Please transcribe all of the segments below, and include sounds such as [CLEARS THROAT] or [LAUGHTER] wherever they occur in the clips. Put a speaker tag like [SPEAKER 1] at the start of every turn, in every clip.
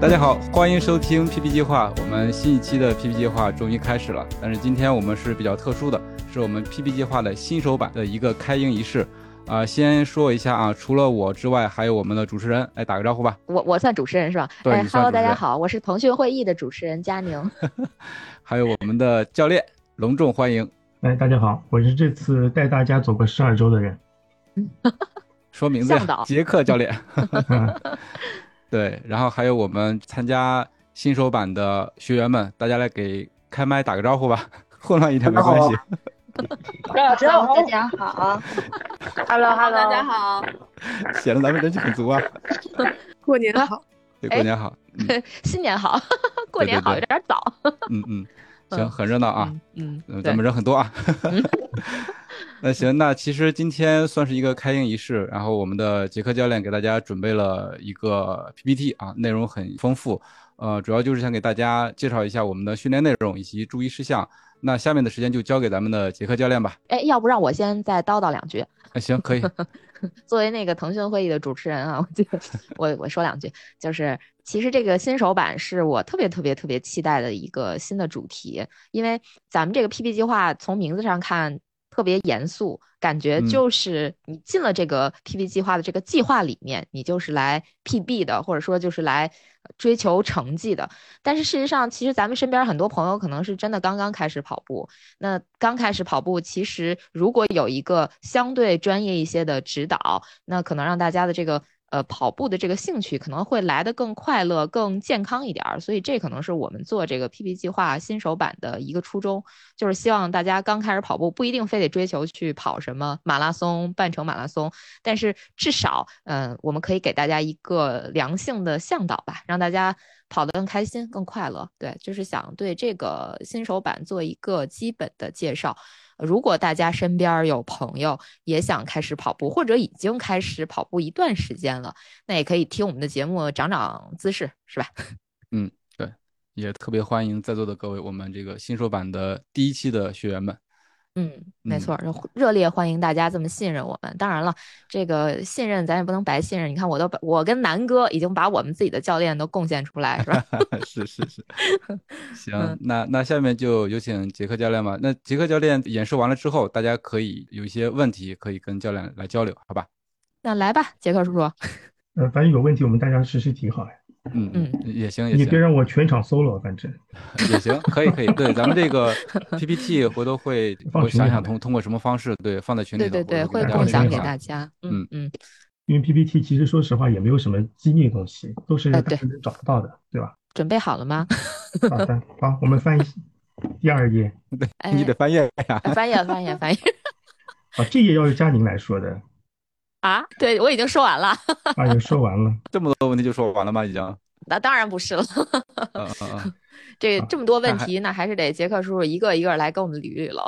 [SPEAKER 1] 大家好，欢迎收听 PP 计划。我们新一期的 PP 计划终于开始了，但是今天我们是比较特殊的，是我们 PP 计划的新手版的一个开营仪式。啊、先说一下啊，除了我之外，还有我们的主持人，来打个招呼吧。
[SPEAKER 2] 我我算主持人是吧？
[SPEAKER 1] 对
[SPEAKER 2] 哎
[SPEAKER 1] 你算
[SPEAKER 2] ，Hello，
[SPEAKER 1] 主持
[SPEAKER 2] 大家
[SPEAKER 1] 人
[SPEAKER 2] 好，我是腾讯会议的主持人佳宁。
[SPEAKER 1] 还有我们的教练，隆重欢迎。
[SPEAKER 3] 哎，大家好，我是这次带大家走过十二周的人。
[SPEAKER 1] 说名字呀
[SPEAKER 2] 向导
[SPEAKER 1] 杰克教练。
[SPEAKER 2] [LAUGHS]
[SPEAKER 3] 嗯
[SPEAKER 1] 对，然后还有我们参加新手版的学员们，大家来给开麦打个招呼吧，混乱一点没关系。
[SPEAKER 4] 大家好，
[SPEAKER 5] 大家哦好 [LAUGHS] ，Hello Hello，
[SPEAKER 4] 大家好， [LAUGHS]
[SPEAKER 1] 显得咱们人气很足啊。
[SPEAKER 4] 过年
[SPEAKER 2] [LAUGHS]
[SPEAKER 4] 好。
[SPEAKER 1] 对，
[SPEAKER 2] 哎
[SPEAKER 1] 过年好。嗯
[SPEAKER 2] 新年好， [LAUGHS] 过年好，
[SPEAKER 1] 对对
[SPEAKER 2] 有点早 [LAUGHS]
[SPEAKER 1] 嗯嗯，行，
[SPEAKER 2] 嗯
[SPEAKER 1] 很热闹啊。。
[SPEAKER 2] 嗯，
[SPEAKER 1] 嗯，
[SPEAKER 2] 嗯
[SPEAKER 1] 咱
[SPEAKER 2] 对嗯
[SPEAKER 1] 们人很多啊。 [LAUGHS] 那行，那其实今天算是一个开营仪式，然后我们的杰克教练给大家准备了一个 PPT 啊，内容很丰富，呃，主要就是想给大家介绍一下我们的训练内容以及注意事项。那下面的时间就交给咱们的杰克教练吧。
[SPEAKER 2] 哎，要不让我先再叨叨两句。
[SPEAKER 1] 哎，行，
[SPEAKER 2] [LAUGHS]
[SPEAKER 1] 可以。
[SPEAKER 2] 作为那个腾讯会议的主持人啊，我觉得我我说两句，就是其实这个新手版是我特别特别特别期待的一个新的主题，因为咱们这个 PP 计划从名字上看特别严肃，感觉
[SPEAKER 1] 嗯
[SPEAKER 2] 就是你进了这个 PP 计划的这个计划里面，你就是来 PB 的，或者说就是来追求成绩的。但是事实上，其实咱们身边很多朋友可能是真的刚刚开始跑步，那刚开始跑步，其实如果有一个相对专业一些的指导，那可能让大家的这个呃跑步的这个兴趣可能会来得更快乐、更健康一点儿。所以这可能是我们做这个 PP 计划新手版的一个初衷，就是希望大家刚开始跑步不一定非得追求去跑什么马拉松、半程马拉松，但是至少嗯、呃我们可以给大家一个良性的向导吧，让大家跑得更开心、更快乐。对，就是想对这个新手版做一个基本的介绍。呃如果大家身边儿有朋友也想开始跑步，或者已经开始跑步一段时间了，那也可以听我们的节目长长姿势，是吧？ [LAUGHS]
[SPEAKER 1] 嗯也特别欢迎在座的各位，我们这个新手版的第一期的学员们。
[SPEAKER 2] 嗯，没
[SPEAKER 1] 嗯
[SPEAKER 2] 错儿，然后热烈欢迎大家这么信任我们。当然了，这个信任咱也不能白信任。你看，我都把我跟南哥已经把我们自己的教练都贡献出来，是吧？
[SPEAKER 1] [LAUGHS]
[SPEAKER 2] [LAUGHS]
[SPEAKER 1] 是是是，行，
[SPEAKER 2] 嗯
[SPEAKER 1] 那那下面就有请杰克教练吧。那杰克教练演示完了之后，大家可以有一些问题可以跟教练来交流，好吧？
[SPEAKER 2] 那来吧，杰克叔叔。
[SPEAKER 3] 呃，反正有问题我们大家实时提好呀，
[SPEAKER 1] 嗯
[SPEAKER 2] 嗯，
[SPEAKER 1] 也行也
[SPEAKER 3] 你
[SPEAKER 1] 行
[SPEAKER 3] 别让我全场 solo，反正
[SPEAKER 1] 也行，可以可以。对，咱们这
[SPEAKER 2] [LAUGHS]
[SPEAKER 1] 个 PPT 回头会
[SPEAKER 3] 放
[SPEAKER 1] 我
[SPEAKER 3] 群
[SPEAKER 1] 想
[SPEAKER 3] 里
[SPEAKER 1] 想
[SPEAKER 3] 面
[SPEAKER 1] 通通过什么方式对放在群里
[SPEAKER 2] 对
[SPEAKER 1] 头，
[SPEAKER 2] 对对，
[SPEAKER 1] 回
[SPEAKER 2] 会
[SPEAKER 1] 头
[SPEAKER 2] 共
[SPEAKER 3] 大家
[SPEAKER 1] 给大
[SPEAKER 2] 享
[SPEAKER 3] 分享
[SPEAKER 2] 给
[SPEAKER 1] 家看
[SPEAKER 2] 大
[SPEAKER 3] [LAUGHS]
[SPEAKER 2] 家。嗯嗯，
[SPEAKER 3] 因为 PPT 其实说实话也没有什么精密的东西，都是
[SPEAKER 2] 哎
[SPEAKER 3] 大
[SPEAKER 2] 对
[SPEAKER 3] 家能找不到的，对吧？
[SPEAKER 2] 准备好了吗？
[SPEAKER 3] [LAUGHS] 好的，好，我们翻译第二页。
[SPEAKER 1] [LAUGHS]
[SPEAKER 2] 哎，
[SPEAKER 1] 你得翻页呀。
[SPEAKER 2] [LAUGHS] 翻译了，翻译了，翻译了 [LAUGHS]
[SPEAKER 3] 啊，这页要是佳宁来说的，
[SPEAKER 2] 啊！对我已经说完了， [LAUGHS]
[SPEAKER 3] 啊，也说完了。
[SPEAKER 1] 这么多问题就说完了吗？已经？嗯
[SPEAKER 2] 那当然不是了。
[SPEAKER 1] 嗯嗯，
[SPEAKER 2] 这
[SPEAKER 3] 啊
[SPEAKER 2] 这么多问
[SPEAKER 1] 那还
[SPEAKER 2] 题，那还是得杰克叔叔一个一个来跟我们捋捋喽。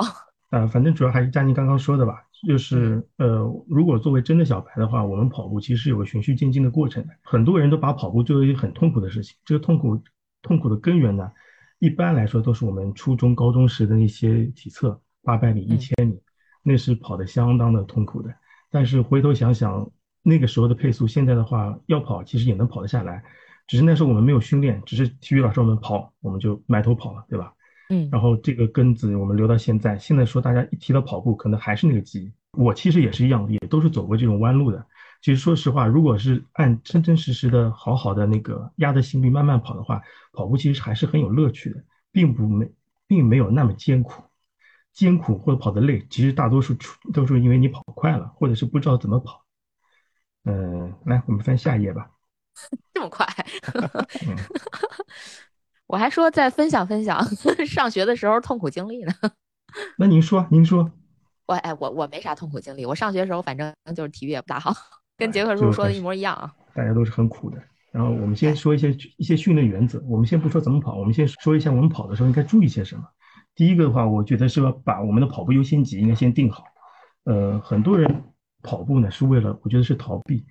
[SPEAKER 3] 呃，反正主要还是佳宁刚刚说的吧，就是呃，如果作为真的小白的话，我们跑步其实有个循序渐进的过程的。很多人都把跑步作为一个很痛苦的事情，这个痛苦痛苦的根源呢，一般来说都是我们初中、高中时的那些体测，八百米、一千米，那是跑得相当的痛苦的。但是回头想想，那个时候的配速，现在的话要跑其实也能跑得下来，只是那时候我们没有训练，只是体育老师让我们跑，我们就埋头跑了，对吧？
[SPEAKER 2] 嗯
[SPEAKER 3] 然后这个根子我们留到现在，现在说大家一提到跑步，可能还是那个记忆。我其实也是一样，也都是走过这种弯路的。其实说实话，如果是按真真实实的、好好的那个压着心率慢慢跑的话，跑步其实还是很有乐趣的，并不没，并没有那么艰苦。艰苦或者跑得累，其实大多数出都是因为你跑快了，或者是不知道怎么跑。嗯、来，我们翻下一页吧。
[SPEAKER 2] [LAUGHS] 这么快， [LAUGHS]
[SPEAKER 3] 嗯，
[SPEAKER 2] 我还说 [LAUGHS] 再分享分享上学的时候痛苦经历呢。 [LAUGHS]
[SPEAKER 3] 那您说，您说，
[SPEAKER 2] 我哎我我没啥痛苦经历，我上学的时候反正就是体育也不大好，跟杰克叔叔说的一模一样啊。
[SPEAKER 3] 大家都是很苦的。然后我们先说一些一些训练原则，我们先不说怎么跑，我们先说一下我们跑的时候应该注意些什么。第一个的话，我觉得是要把我们的跑步优先级应该先定好。呃，很多人跑步呢是为了，我觉得是逃避，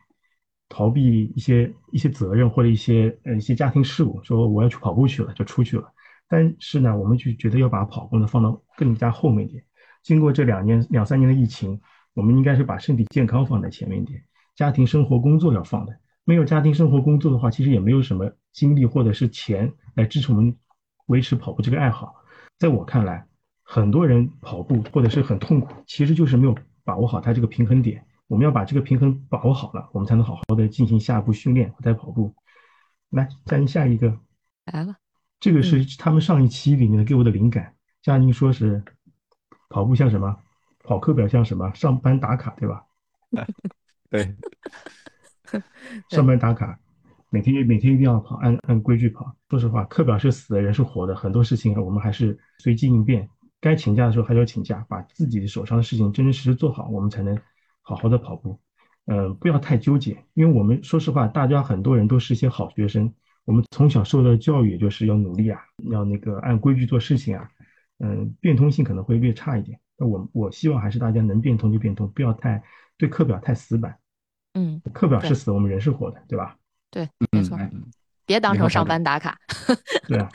[SPEAKER 3] 逃避一些一些责任或者一些呃一些家庭事务，说我要去跑步去了就出去了。但是呢，我们就觉得要把跑步呢放到更加后面一点。经过这两年两三年的疫情，我们应该是把身体健康放在前面一点，家庭生活工作要放在。没有家庭生活工作的话，其实也没有什么精力或者是钱来支持我们维持跑步这个爱好。在我看来，很多人跑步或者是很痛苦，其实就是没有把握好它这个平衡点。我们要把这个平衡把握好了，我们才能好好的进行下一步训练再跑步。来，佳宁下一个
[SPEAKER 2] 来了，
[SPEAKER 3] 这个是他们上一期里面给我的灵感。佳宁说是跑步像什么，跑课表像什么，上班打卡对吧？
[SPEAKER 1] 对。
[SPEAKER 3] 上班打卡，每天每天一定要跑，按按规矩跑。说实话，课表是死的，人是活的，很多事情我们还是随机应变。该请假的时候还是要请假，把自己手上的事情真真实实做好，我们才能好好的跑步。呃，不要太纠结，因为我们说实话，大家很多人都是一些好学生，我们从小受到的教育就是要努力啊，要那个按规矩做事情啊。嗯、呃，变通性可能会略差一点。那我我希望还是大家能变通就变通，不要太对课表太死板。
[SPEAKER 2] 嗯，
[SPEAKER 3] 课表是死，我们人是活的，对吧？
[SPEAKER 2] 对，没错，
[SPEAKER 1] 嗯
[SPEAKER 2] 别当成上班打卡。
[SPEAKER 3] [LAUGHS]
[SPEAKER 2] [LAUGHS]
[SPEAKER 3] 对啊，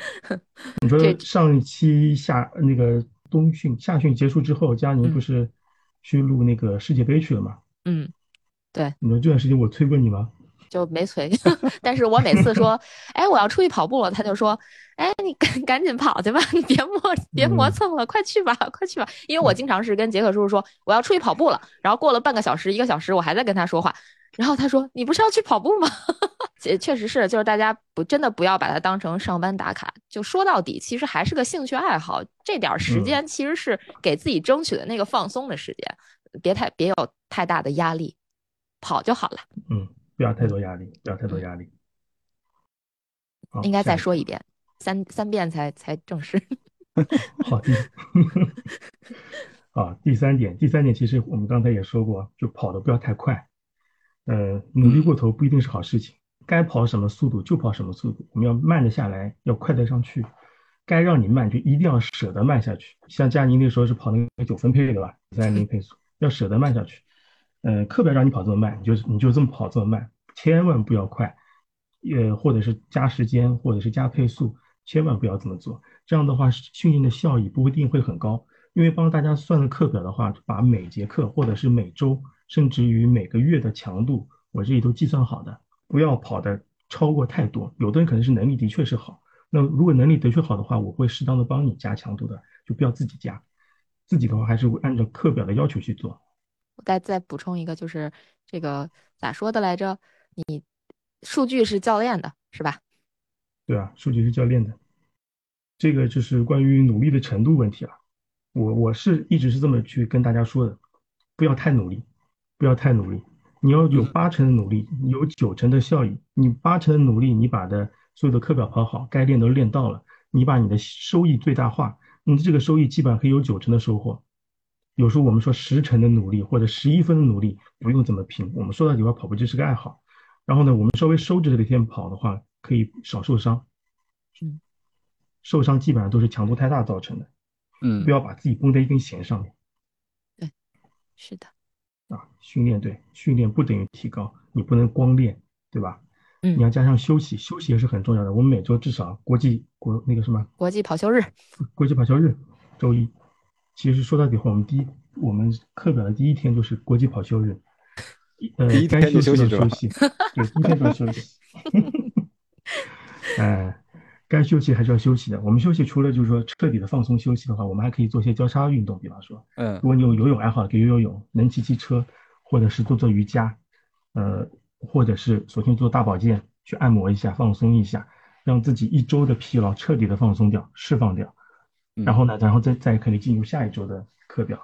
[SPEAKER 3] 你说上一期夏那个冬训、夏训结束之后，佳宁不是去录那个世界杯去了吗？
[SPEAKER 2] 嗯，对。
[SPEAKER 3] 你说这段时间我催过你吗？
[SPEAKER 2] 就没催， [LAUGHS] 但是我每次说，哎，我要出去跑步了，他就说，哎，你赶 [LAUGHS] 赶紧跑去吧，你别磨别磨蹭了，快去吧， [LAUGHS] 快去吧。因为我经常是跟杰克叔叔说我要出去跑步了，然后过了半个小时、一个小时，我还在跟他说话，然后他说你不是要去跑步吗？ [LAUGHS] 也确实是，就是大家不真的不要把它当成上班打卡，就说到底其实还是个兴趣爱好，这点时间其实是给自己争取的那个放松的时间，别太别有太大的压力，跑就好了。
[SPEAKER 3] 嗯。不要太多压力，不要太多压力。哦
[SPEAKER 2] 应该
[SPEAKER 3] 啊
[SPEAKER 2] 再说一遍，三三遍才才正式。 [LAUGHS]
[SPEAKER 3] 好，第啊，第三点，第三点，其实我们刚才也说过，就跑的不要太快。呃，努力过头不一定是好事情，该跑什么速度就跑什么速度，我们要慢得下来，要快得上去。该让你慢就一定要舍得慢下去。像佳宁那时候是跑那个九分配的吧，三零配速，要舍得慢下去。呃，课表让你跑这么慢，你就你就这么跑这么慢，千万不要快，呃，或者是加时间，或者是加配速，千万不要这么做。这样的话，训练的效益不一定会很高。因为帮大家算了课表的话，把每节课或者是每周，甚至于每个月的强度，我这里都计算好的。不要跑的超过太多。有的人可能是能力的确是好，那如果能力的确好的话，我会适当的帮你加强度的，就不要自己加。自己的话还是会按照课表的要求去做。
[SPEAKER 2] 我再再补充一个，就是这个咋说的来着？你数据是教练的，是吧？
[SPEAKER 3] 对啊，数据是教练的。这个就是关于努力的程度问题了、啊。我我是一直是这么去跟大家说的，不要太努力，不要太努力。你要有八成的努力，有九成的效益。你八成的努力，你把的所有的课表跑好，该练都练到了，你把你的收益最大化，你这个收益基本上可以有九成的收获。有时候我们说十成的努力或者十一分的努力不用怎么拼，我们说到底话跑步就是个爱好。然后呢，我们稍微收着这天跑的话，可以少受伤。
[SPEAKER 2] 嗯，
[SPEAKER 3] 受伤基本上都是强度太大造成的。
[SPEAKER 1] 嗯，
[SPEAKER 3] 不要把自己绷在一根弦上面。
[SPEAKER 2] 对，是的。
[SPEAKER 3] 啊，训练对，训练不等于提高，你不能光练，对吧？
[SPEAKER 2] 嗯，
[SPEAKER 3] 你要加上休息，休息也是很重要的。我们每周至少国际国那个什么
[SPEAKER 2] 国际跑休日，
[SPEAKER 3] 国际跑休日，周一。其实说到底，我们第一，我们课表的第一天就是国际跑休日，呃，
[SPEAKER 1] [LAUGHS] 第一
[SPEAKER 3] 该
[SPEAKER 1] 天就
[SPEAKER 3] 休息
[SPEAKER 1] 休
[SPEAKER 3] 就休
[SPEAKER 1] 息
[SPEAKER 3] 息，
[SPEAKER 1] [LAUGHS]
[SPEAKER 3] 对，第一天就要休息。哎，该休息还是要休息的。我们休息除了就是说彻底的放松休息的话，我们还可以做一些交叉运动，比方说，
[SPEAKER 1] 嗯
[SPEAKER 3] 如果你有游泳爱好，可以游游泳，能骑骑车，或者是做做瑜伽，呃，或者是索性做大保健，去按摩一下，放松一下，让自己一周的疲劳彻底的放松掉，释放掉。
[SPEAKER 1] 嗯
[SPEAKER 3] 然后呢，然后再再可以进入下一周的课表。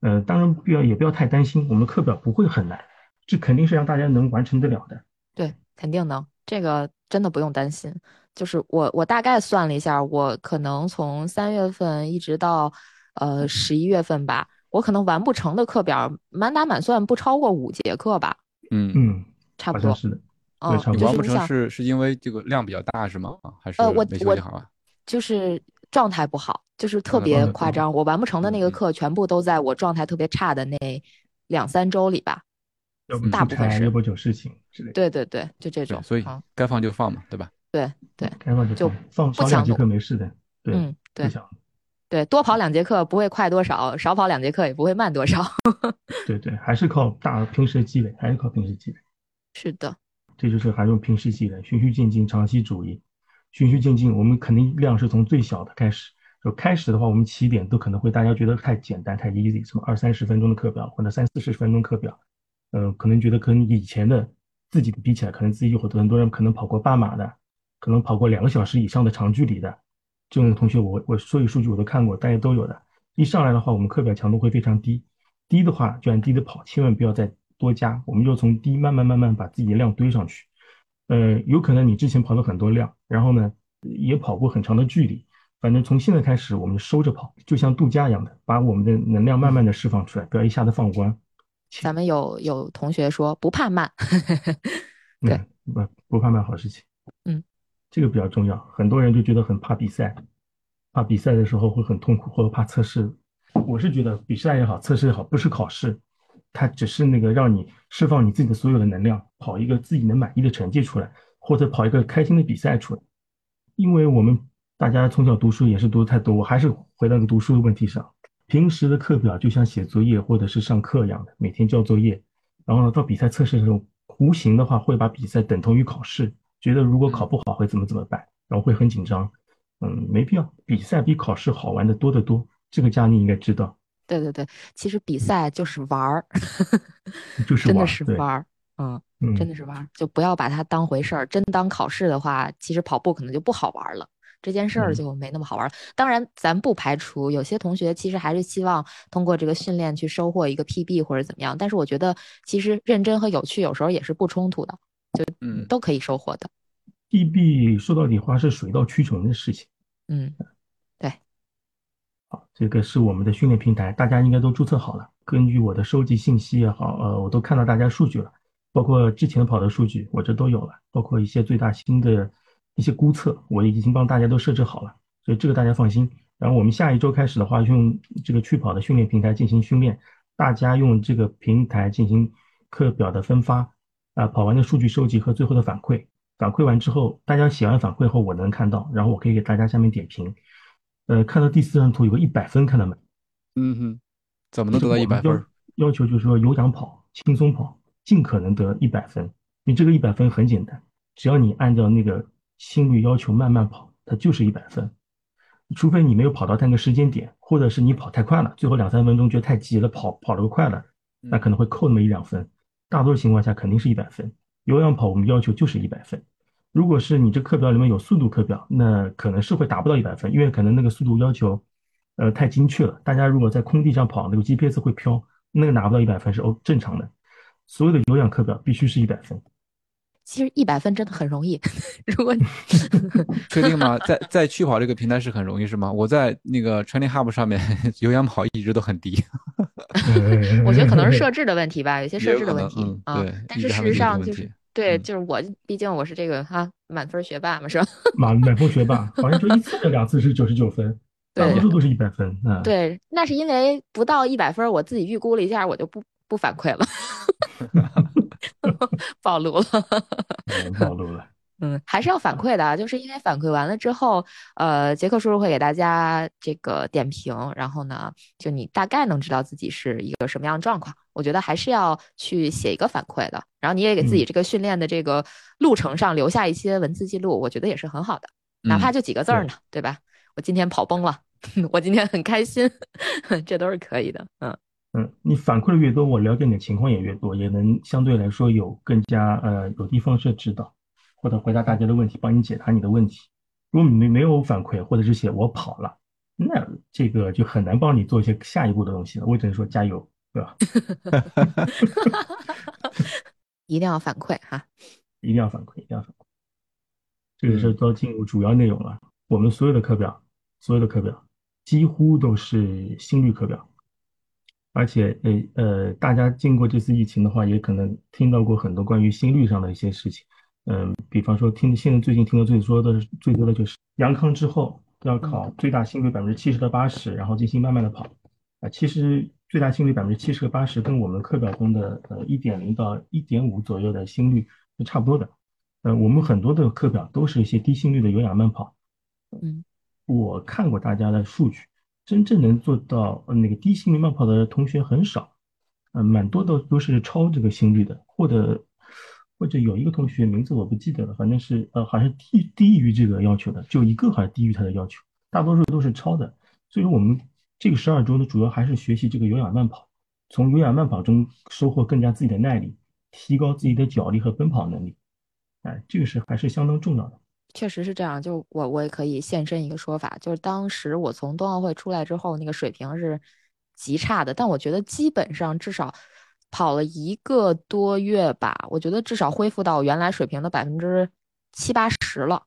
[SPEAKER 3] 呃，当然不要也不要太担心，我们的课表不会很难，这肯定是让大家能完成得了的。
[SPEAKER 2] 对，肯定能，这个真的不用担心。就是我我大概算了一下，我可能从三月份一直到呃十一月份吧，我可能完不成的课表，满打满算不超过五节课吧，
[SPEAKER 1] 嗯
[SPEAKER 3] 嗯，
[SPEAKER 2] 差不
[SPEAKER 3] 好
[SPEAKER 2] 多
[SPEAKER 3] 像。是的，
[SPEAKER 2] 嗯，
[SPEAKER 3] 对差不
[SPEAKER 1] 你
[SPEAKER 2] 就
[SPEAKER 3] 多
[SPEAKER 1] 完
[SPEAKER 2] 是
[SPEAKER 1] 不
[SPEAKER 2] 你
[SPEAKER 1] 成
[SPEAKER 2] 想，
[SPEAKER 1] 是是因为这个量比较大是吗？啊还是
[SPEAKER 2] 呃我
[SPEAKER 1] 没休
[SPEAKER 2] 我
[SPEAKER 1] 息好啊？
[SPEAKER 2] 就是状态不好，就是特
[SPEAKER 1] 嗯
[SPEAKER 2] 别
[SPEAKER 3] 嗯
[SPEAKER 2] 夸
[SPEAKER 3] 嗯
[SPEAKER 2] 张。我完不成的那个
[SPEAKER 1] 嗯嗯
[SPEAKER 2] 课，全部都在我状态特别差的那两三周里吧。
[SPEAKER 3] 要不
[SPEAKER 1] 大
[SPEAKER 3] 出
[SPEAKER 2] 部分
[SPEAKER 3] 差，
[SPEAKER 2] 是
[SPEAKER 3] 嗯要不有事情之类的，
[SPEAKER 2] 对对对，就这
[SPEAKER 1] 对
[SPEAKER 2] 种，。
[SPEAKER 1] 所以
[SPEAKER 2] 嗯
[SPEAKER 1] 该放就放嘛，对吧？
[SPEAKER 2] 对对，
[SPEAKER 3] 开放
[SPEAKER 2] 就
[SPEAKER 3] 就放放
[SPEAKER 2] 不
[SPEAKER 3] 少两
[SPEAKER 2] 强
[SPEAKER 3] 节
[SPEAKER 2] 度
[SPEAKER 3] 课没事的，对，
[SPEAKER 2] 嗯，
[SPEAKER 3] 不
[SPEAKER 2] 对
[SPEAKER 3] 想，
[SPEAKER 2] 对，多跑两节课不会快多少，少跑两节课也不会慢多少。 [LAUGHS]
[SPEAKER 3] 对对，还是靠大平时的积累，还是靠平时积累。
[SPEAKER 2] 是的，
[SPEAKER 3] 这就是还用平时积累，循序渐进，长期主义。循序渐进，我们肯定量是从最小的开始。就开始的话，我们起点都可能会大家觉得太简单、太 easy，什么二三十分钟的课表或者三四十分钟课表，嗯、可能觉得跟以前的自己比起来，可能自己有很多人可能跑过半马的，可能跑过两个小时以上的长距离的这种同学我，我所有数据我都看过，大家都有的。一上来的话，我们课表强度会非常低，低的话就按低的跑，千万不要再多加，我们就从低慢慢慢慢把自己的量堆上去。呃，有可能你之前跑了很多量，然后呢也跑过很长的距离，反正从现在开始我们收着跑，就像度假一样的，把我们的能量慢慢的释放出来，不要一下子放光。
[SPEAKER 2] 咱们有有同学说不怕慢， [LAUGHS] 对
[SPEAKER 3] 嗯，不不怕慢好事情。
[SPEAKER 2] 嗯，
[SPEAKER 3] 这个比较重要。很多人就觉得很怕比赛，怕比赛的时候会很痛苦，或者怕测试。我是觉得比赛也好，测试也好，不是考试，它只是那个让你释放你自己的所有的能量，跑一个自己能满意的成绩出来，或者跑一个开心的比赛出来。因为我们大家从小读书也是读的太多，我还是回到那个读书的问题上。平时的课表就像写作业或者是上课一样的，每天交作业，然后呢，到比赛测试的时候，无形的话会把比赛等同于考试，觉得如果考不好会怎么怎么办，然后会很紧张。嗯，没必要，比赛比考试好玩的多得多，这个佳妮应该知道，
[SPEAKER 2] 对对对，其实比赛就是玩儿，
[SPEAKER 3] 嗯就是
[SPEAKER 2] 真
[SPEAKER 3] 玩
[SPEAKER 2] 的
[SPEAKER 3] 儿，
[SPEAKER 2] 是
[SPEAKER 3] 对
[SPEAKER 2] 玩，儿，嗯，
[SPEAKER 3] 嗯，
[SPEAKER 2] 真的是玩儿，就不要把它当回事儿。真当考试的话，其实跑步可能就不好玩儿了。这件事儿
[SPEAKER 3] 嗯
[SPEAKER 2] 就没那么好玩儿。当然，咱不排除有些同学其实还是希望通过这个训练去收获一个 PB 或者怎么样，但是我觉得其实认真和有趣有时候也是不冲突的，
[SPEAKER 1] 嗯，
[SPEAKER 2] 都可以收获的。
[SPEAKER 3] EB 说到底话是水到渠成的事情。
[SPEAKER 2] 嗯，
[SPEAKER 3] 好，这个是我们的训练平台，大家应该都注册好了。根据我的收集信息也好，呃，我都看到大家数据了，包括之前跑的数据，我这都有了，包括一些最大新的一些估测，我已经帮大家都设置好了，所以这个大家放心。然后我们下一周开始的话，用这个去跑的训练平台进行训练，大家用这个平台进行课表的分发，啊、跑完的数据收集和最后的反馈。反馈完之后，大家写完反馈后，我能看到，然后我可以给大家下面点评。呃，看到第四张图有个一百分，看到没？
[SPEAKER 1] 嗯哼，怎么能得到
[SPEAKER 3] 我
[SPEAKER 1] 一
[SPEAKER 3] 们
[SPEAKER 1] 百分
[SPEAKER 3] 要
[SPEAKER 1] 儿？
[SPEAKER 3] 要求就是说有氧跑，轻松跑，尽可能得一百分。你这个一百分很简单，只要你按照那个心率要求慢慢跑，它就是一百分。除非你没有跑到那个时间点，或者是你跑太快了，最后两三分钟觉得太急了，跑跑得快了， [LAUGHS] 那可能会扣那么一两分。大多数情况下肯定是一百分。有氧跑我们要求就是一百分。如果是你这课表里面有速度课表，那可能是会达不到一百分，因为可能那个速度要求，呃，太精确了。大家如果在空地上跑，那个 GPS 会飘，那个拿不到一百分是哦正常的。所有的有氧课表必须是一百分，
[SPEAKER 2] 其实一百分真的很容易， [LAUGHS] 如果你
[SPEAKER 1] 确定吗？ [LAUGHS] 在在去跑这个平台是很容易是吗？我在那个 Training Hub 上面 [LAUGHS] 有氧跑一直都很低。 [LAUGHS]
[SPEAKER 2] 我觉得可能是设置的问题吧，有些
[SPEAKER 1] 也
[SPEAKER 2] 设
[SPEAKER 1] 有
[SPEAKER 2] 置的
[SPEAKER 1] 可
[SPEAKER 2] 问
[SPEAKER 1] 能
[SPEAKER 2] 题
[SPEAKER 1] 嗯
[SPEAKER 2] 啊。
[SPEAKER 1] 对
[SPEAKER 2] 但
[SPEAKER 1] 一
[SPEAKER 2] 是
[SPEAKER 1] 直还
[SPEAKER 2] 事
[SPEAKER 1] 没解
[SPEAKER 2] 实
[SPEAKER 1] 决
[SPEAKER 2] 上
[SPEAKER 1] 问
[SPEAKER 2] 就是
[SPEAKER 1] 题
[SPEAKER 2] 对，
[SPEAKER 1] 嗯
[SPEAKER 2] 就是我毕竟我是这个啊满分学霸嘛，是吧？
[SPEAKER 3] 满满分学霸，好像就一次还是两次是九十九分，大
[SPEAKER 2] 对
[SPEAKER 3] 多数都是一百分啊。嗯，
[SPEAKER 2] [LAUGHS] 对，那是因为不到一百分儿，我自己预估了一下，我就不不反
[SPEAKER 1] [LAUGHS]
[SPEAKER 2] 馈了， [LAUGHS] 暴露了。
[SPEAKER 3] [LAUGHS] 嗯暴露了。
[SPEAKER 2] 嗯，还是要反馈的啊，就是因为反馈完了之后，呃，杰克叔叔会给大家这个点评，然后呢，就你大概能知道自己是一个什么样的状况。我觉得还是要去写一个反馈的，然后你也给自己
[SPEAKER 3] 嗯
[SPEAKER 2] 这个训练的这个路程上留下一些文字记录，我觉得也是很好的，哪
[SPEAKER 1] 嗯
[SPEAKER 2] 怕就几个字儿呢，对吧？我今天跑崩了， [LAUGHS] 我今天很开心， [LAUGHS] 这都是可以的。嗯，
[SPEAKER 3] 嗯，你反馈的越多，我了解你的情况也越多，也能相对来说有更加呃有的放射指导，或者回答大家的问题，帮你解答你的问题。如果你没没有反馈，或者是写我跑了，那这个就很难帮你做一些下一步的东西了。我只能说加油，对吧？ [LAUGHS]
[SPEAKER 2] 一定要反馈哈。
[SPEAKER 3] 一定要反馈，一定要反馈。这个是都要进入主要内容了。我们所有的课表，所有的课表几乎都是心率课表，而且呃呃，大家经过这次疫情的话，也可能听到过很多关于心率上的一些事情。嗯，比方说听现在最近听到最多的最多的就是阳康之后要考最大心率百分之七十到八十，然后进行慢慢的跑。啊，其实最大心率百分之七十和八十跟我们课表中的呃一点零到一点五左右的心率是差不多的。呃，我们很多的课表都是一些低心率的有氧慢跑。
[SPEAKER 2] 嗯，
[SPEAKER 3] 我看过大家的数据，真正能做到呃那个低心率慢跑的同学很少，呃，蛮多的都是超这个心率的，或者或者有一个同学名字我不记得了，反正是呃好像低低于这个要求的，就一个好像低于他的要求，大多数都是超的。所以说我们这个十二周呢，主要还是学习这个有氧慢跑，从有氧慢跑中收获更加自己的耐力，提高自己的脚力和奔跑能力。哎，这个是还是相当重要的。
[SPEAKER 2] 确实是这样，就我我也可以现身一个说法，就是当时我从冬奥会出来之后，那个水平是极差的，但我觉得基本上至少跑了一个多月吧，我觉得至少恢复到原来水平的百分之七八十了，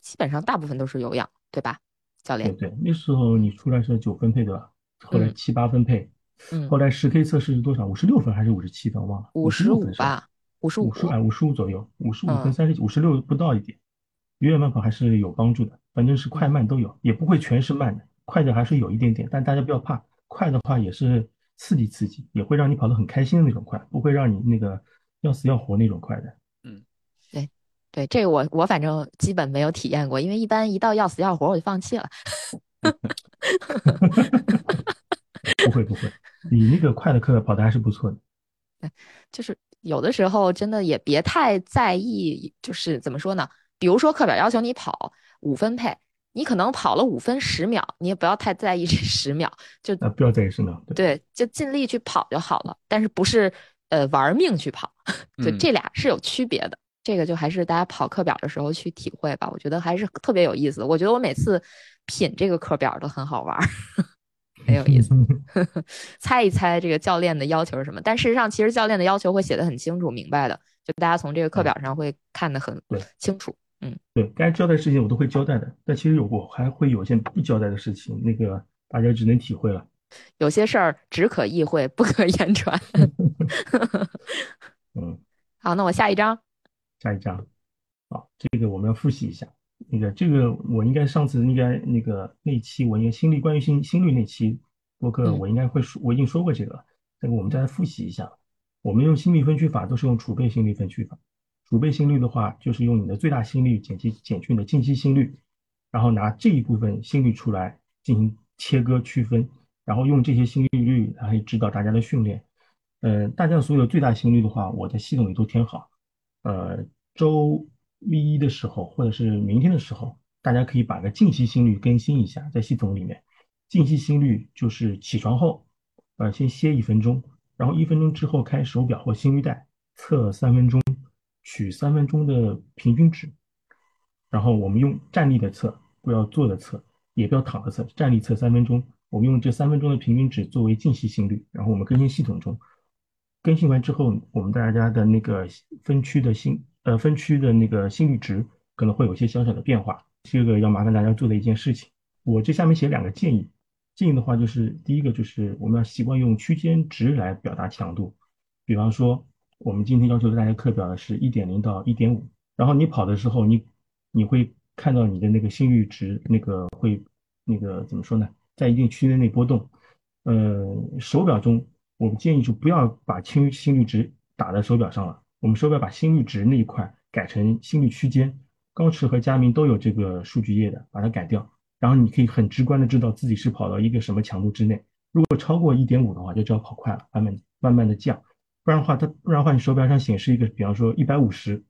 [SPEAKER 2] 基本上大部分都是有氧，对吧，教
[SPEAKER 3] 对
[SPEAKER 2] 练？
[SPEAKER 3] 对，那时候你出来是九分配对吧？后来
[SPEAKER 2] 嗯
[SPEAKER 3] 七八分配，
[SPEAKER 2] 嗯
[SPEAKER 3] 后，来十 K 测试是多少？五十六分还是五十七分？忘了，
[SPEAKER 2] 五十
[SPEAKER 3] 55
[SPEAKER 2] 五
[SPEAKER 3] 分是
[SPEAKER 2] 吧，五十五
[SPEAKER 3] 五，十哎，五十五左右，五十五
[SPEAKER 2] 嗯
[SPEAKER 3] 分三十五十六不到一点，有氧慢跑还是有帮助的，反正是快
[SPEAKER 2] 嗯
[SPEAKER 3] 慢都有，也不会全是慢的，快的还是有一点点，但大家不要怕，快的话也是刺激刺激，也会让你跑得很开心的那种快，不会让你那个要死要活那种快的。 [LAUGHS]
[SPEAKER 2] 对，这个我我反正基本没有体验过，因为一般一到要死要活我就放弃了。
[SPEAKER 3] 不会不会，你那个快的课跑得还是不错的。
[SPEAKER 2] 就是有的时候真的也别太在意，就是怎么说呢？比如说课表要求你跑五分配，你可能跑了五分十秒，你也不要太在意这十秒，就
[SPEAKER 3] 啊，不要在意身上，对，
[SPEAKER 2] 对，就尽力去跑就好了。但是不是呃玩命去跑， [LAUGHS] 就
[SPEAKER 1] 嗯
[SPEAKER 2] 这俩是有区别的。这个就还是大家跑课表的时候去体会吧，我觉得还是特别有意思的。我觉得我每次品这个课表都很好玩儿，很有意思。猜一猜这个教练的要求是什么。但事实上，其实教练的要求会写得很清楚、明白的，就大家从这个课表上会看得很
[SPEAKER 3] 对
[SPEAKER 2] 清楚。
[SPEAKER 3] 对，该交代的事情我都会交代的，但其实有我还会有一些不交代的事情，那个大家只能体会了。
[SPEAKER 2] 有些事儿只可意会，不可言传。
[SPEAKER 3] 嗯，
[SPEAKER 2] 好，那我下一章。
[SPEAKER 3] 下一章，好，这个我们要复习一下。那个这个我应该上次应该那个那期我应该心率关于心心率那期播客
[SPEAKER 2] 嗯
[SPEAKER 3] 我应该会说，我已经说过这个了，这个我们再来复习一下。我们用心率分区法都是用储备心率分区法，储备心率的话就是用你的最大心率减去减去你的近期心率，然后拿这一部分心率出来进行切割区分，然后用这些心率率来指导大家的训练。呃，大家所有最大心率的话，我在系统里都填好。呃，周一的时候或者是明天的时候，大家可以把个静息心率更新一下，在系统里面。静息心率就是起床后，呃，先歇一分钟，然后一分钟之后开手表或心率带测三分钟，取三分钟的平均值，然后我们用站立的测，不要坐的测，也不要躺着测，站立测三分钟，我们用这三分钟的平均值作为静息心率，然后我们更新系统中，更新完之后，我们大家的那个分区的心呃分区的那个心率值可能会有一些小小的变化，这个要麻烦大家做的一件事情。我这下面写两个建议，建议的话就是第一个就是我们要习惯用区间值来表达强度，比方说我们今天要求大家课表的是一点零到一点五，然后你跑的时候你你会看到你的那个心率值那个会那个怎么说呢，在一定区间内波动。呃，手表中我们建议就不要把心率心率值打在手表上了，我们手表把心率值那一块改成心率区间，高驰和佳明都有这个数据页的，把它改掉。然后你可以很直观的知道自己是跑到一个什么强度之内。如果超过一点五的话，就知道跑快了，慢慢慢慢的降。不然的话，它不然的话，你手表上显示一个，比方说一百五十，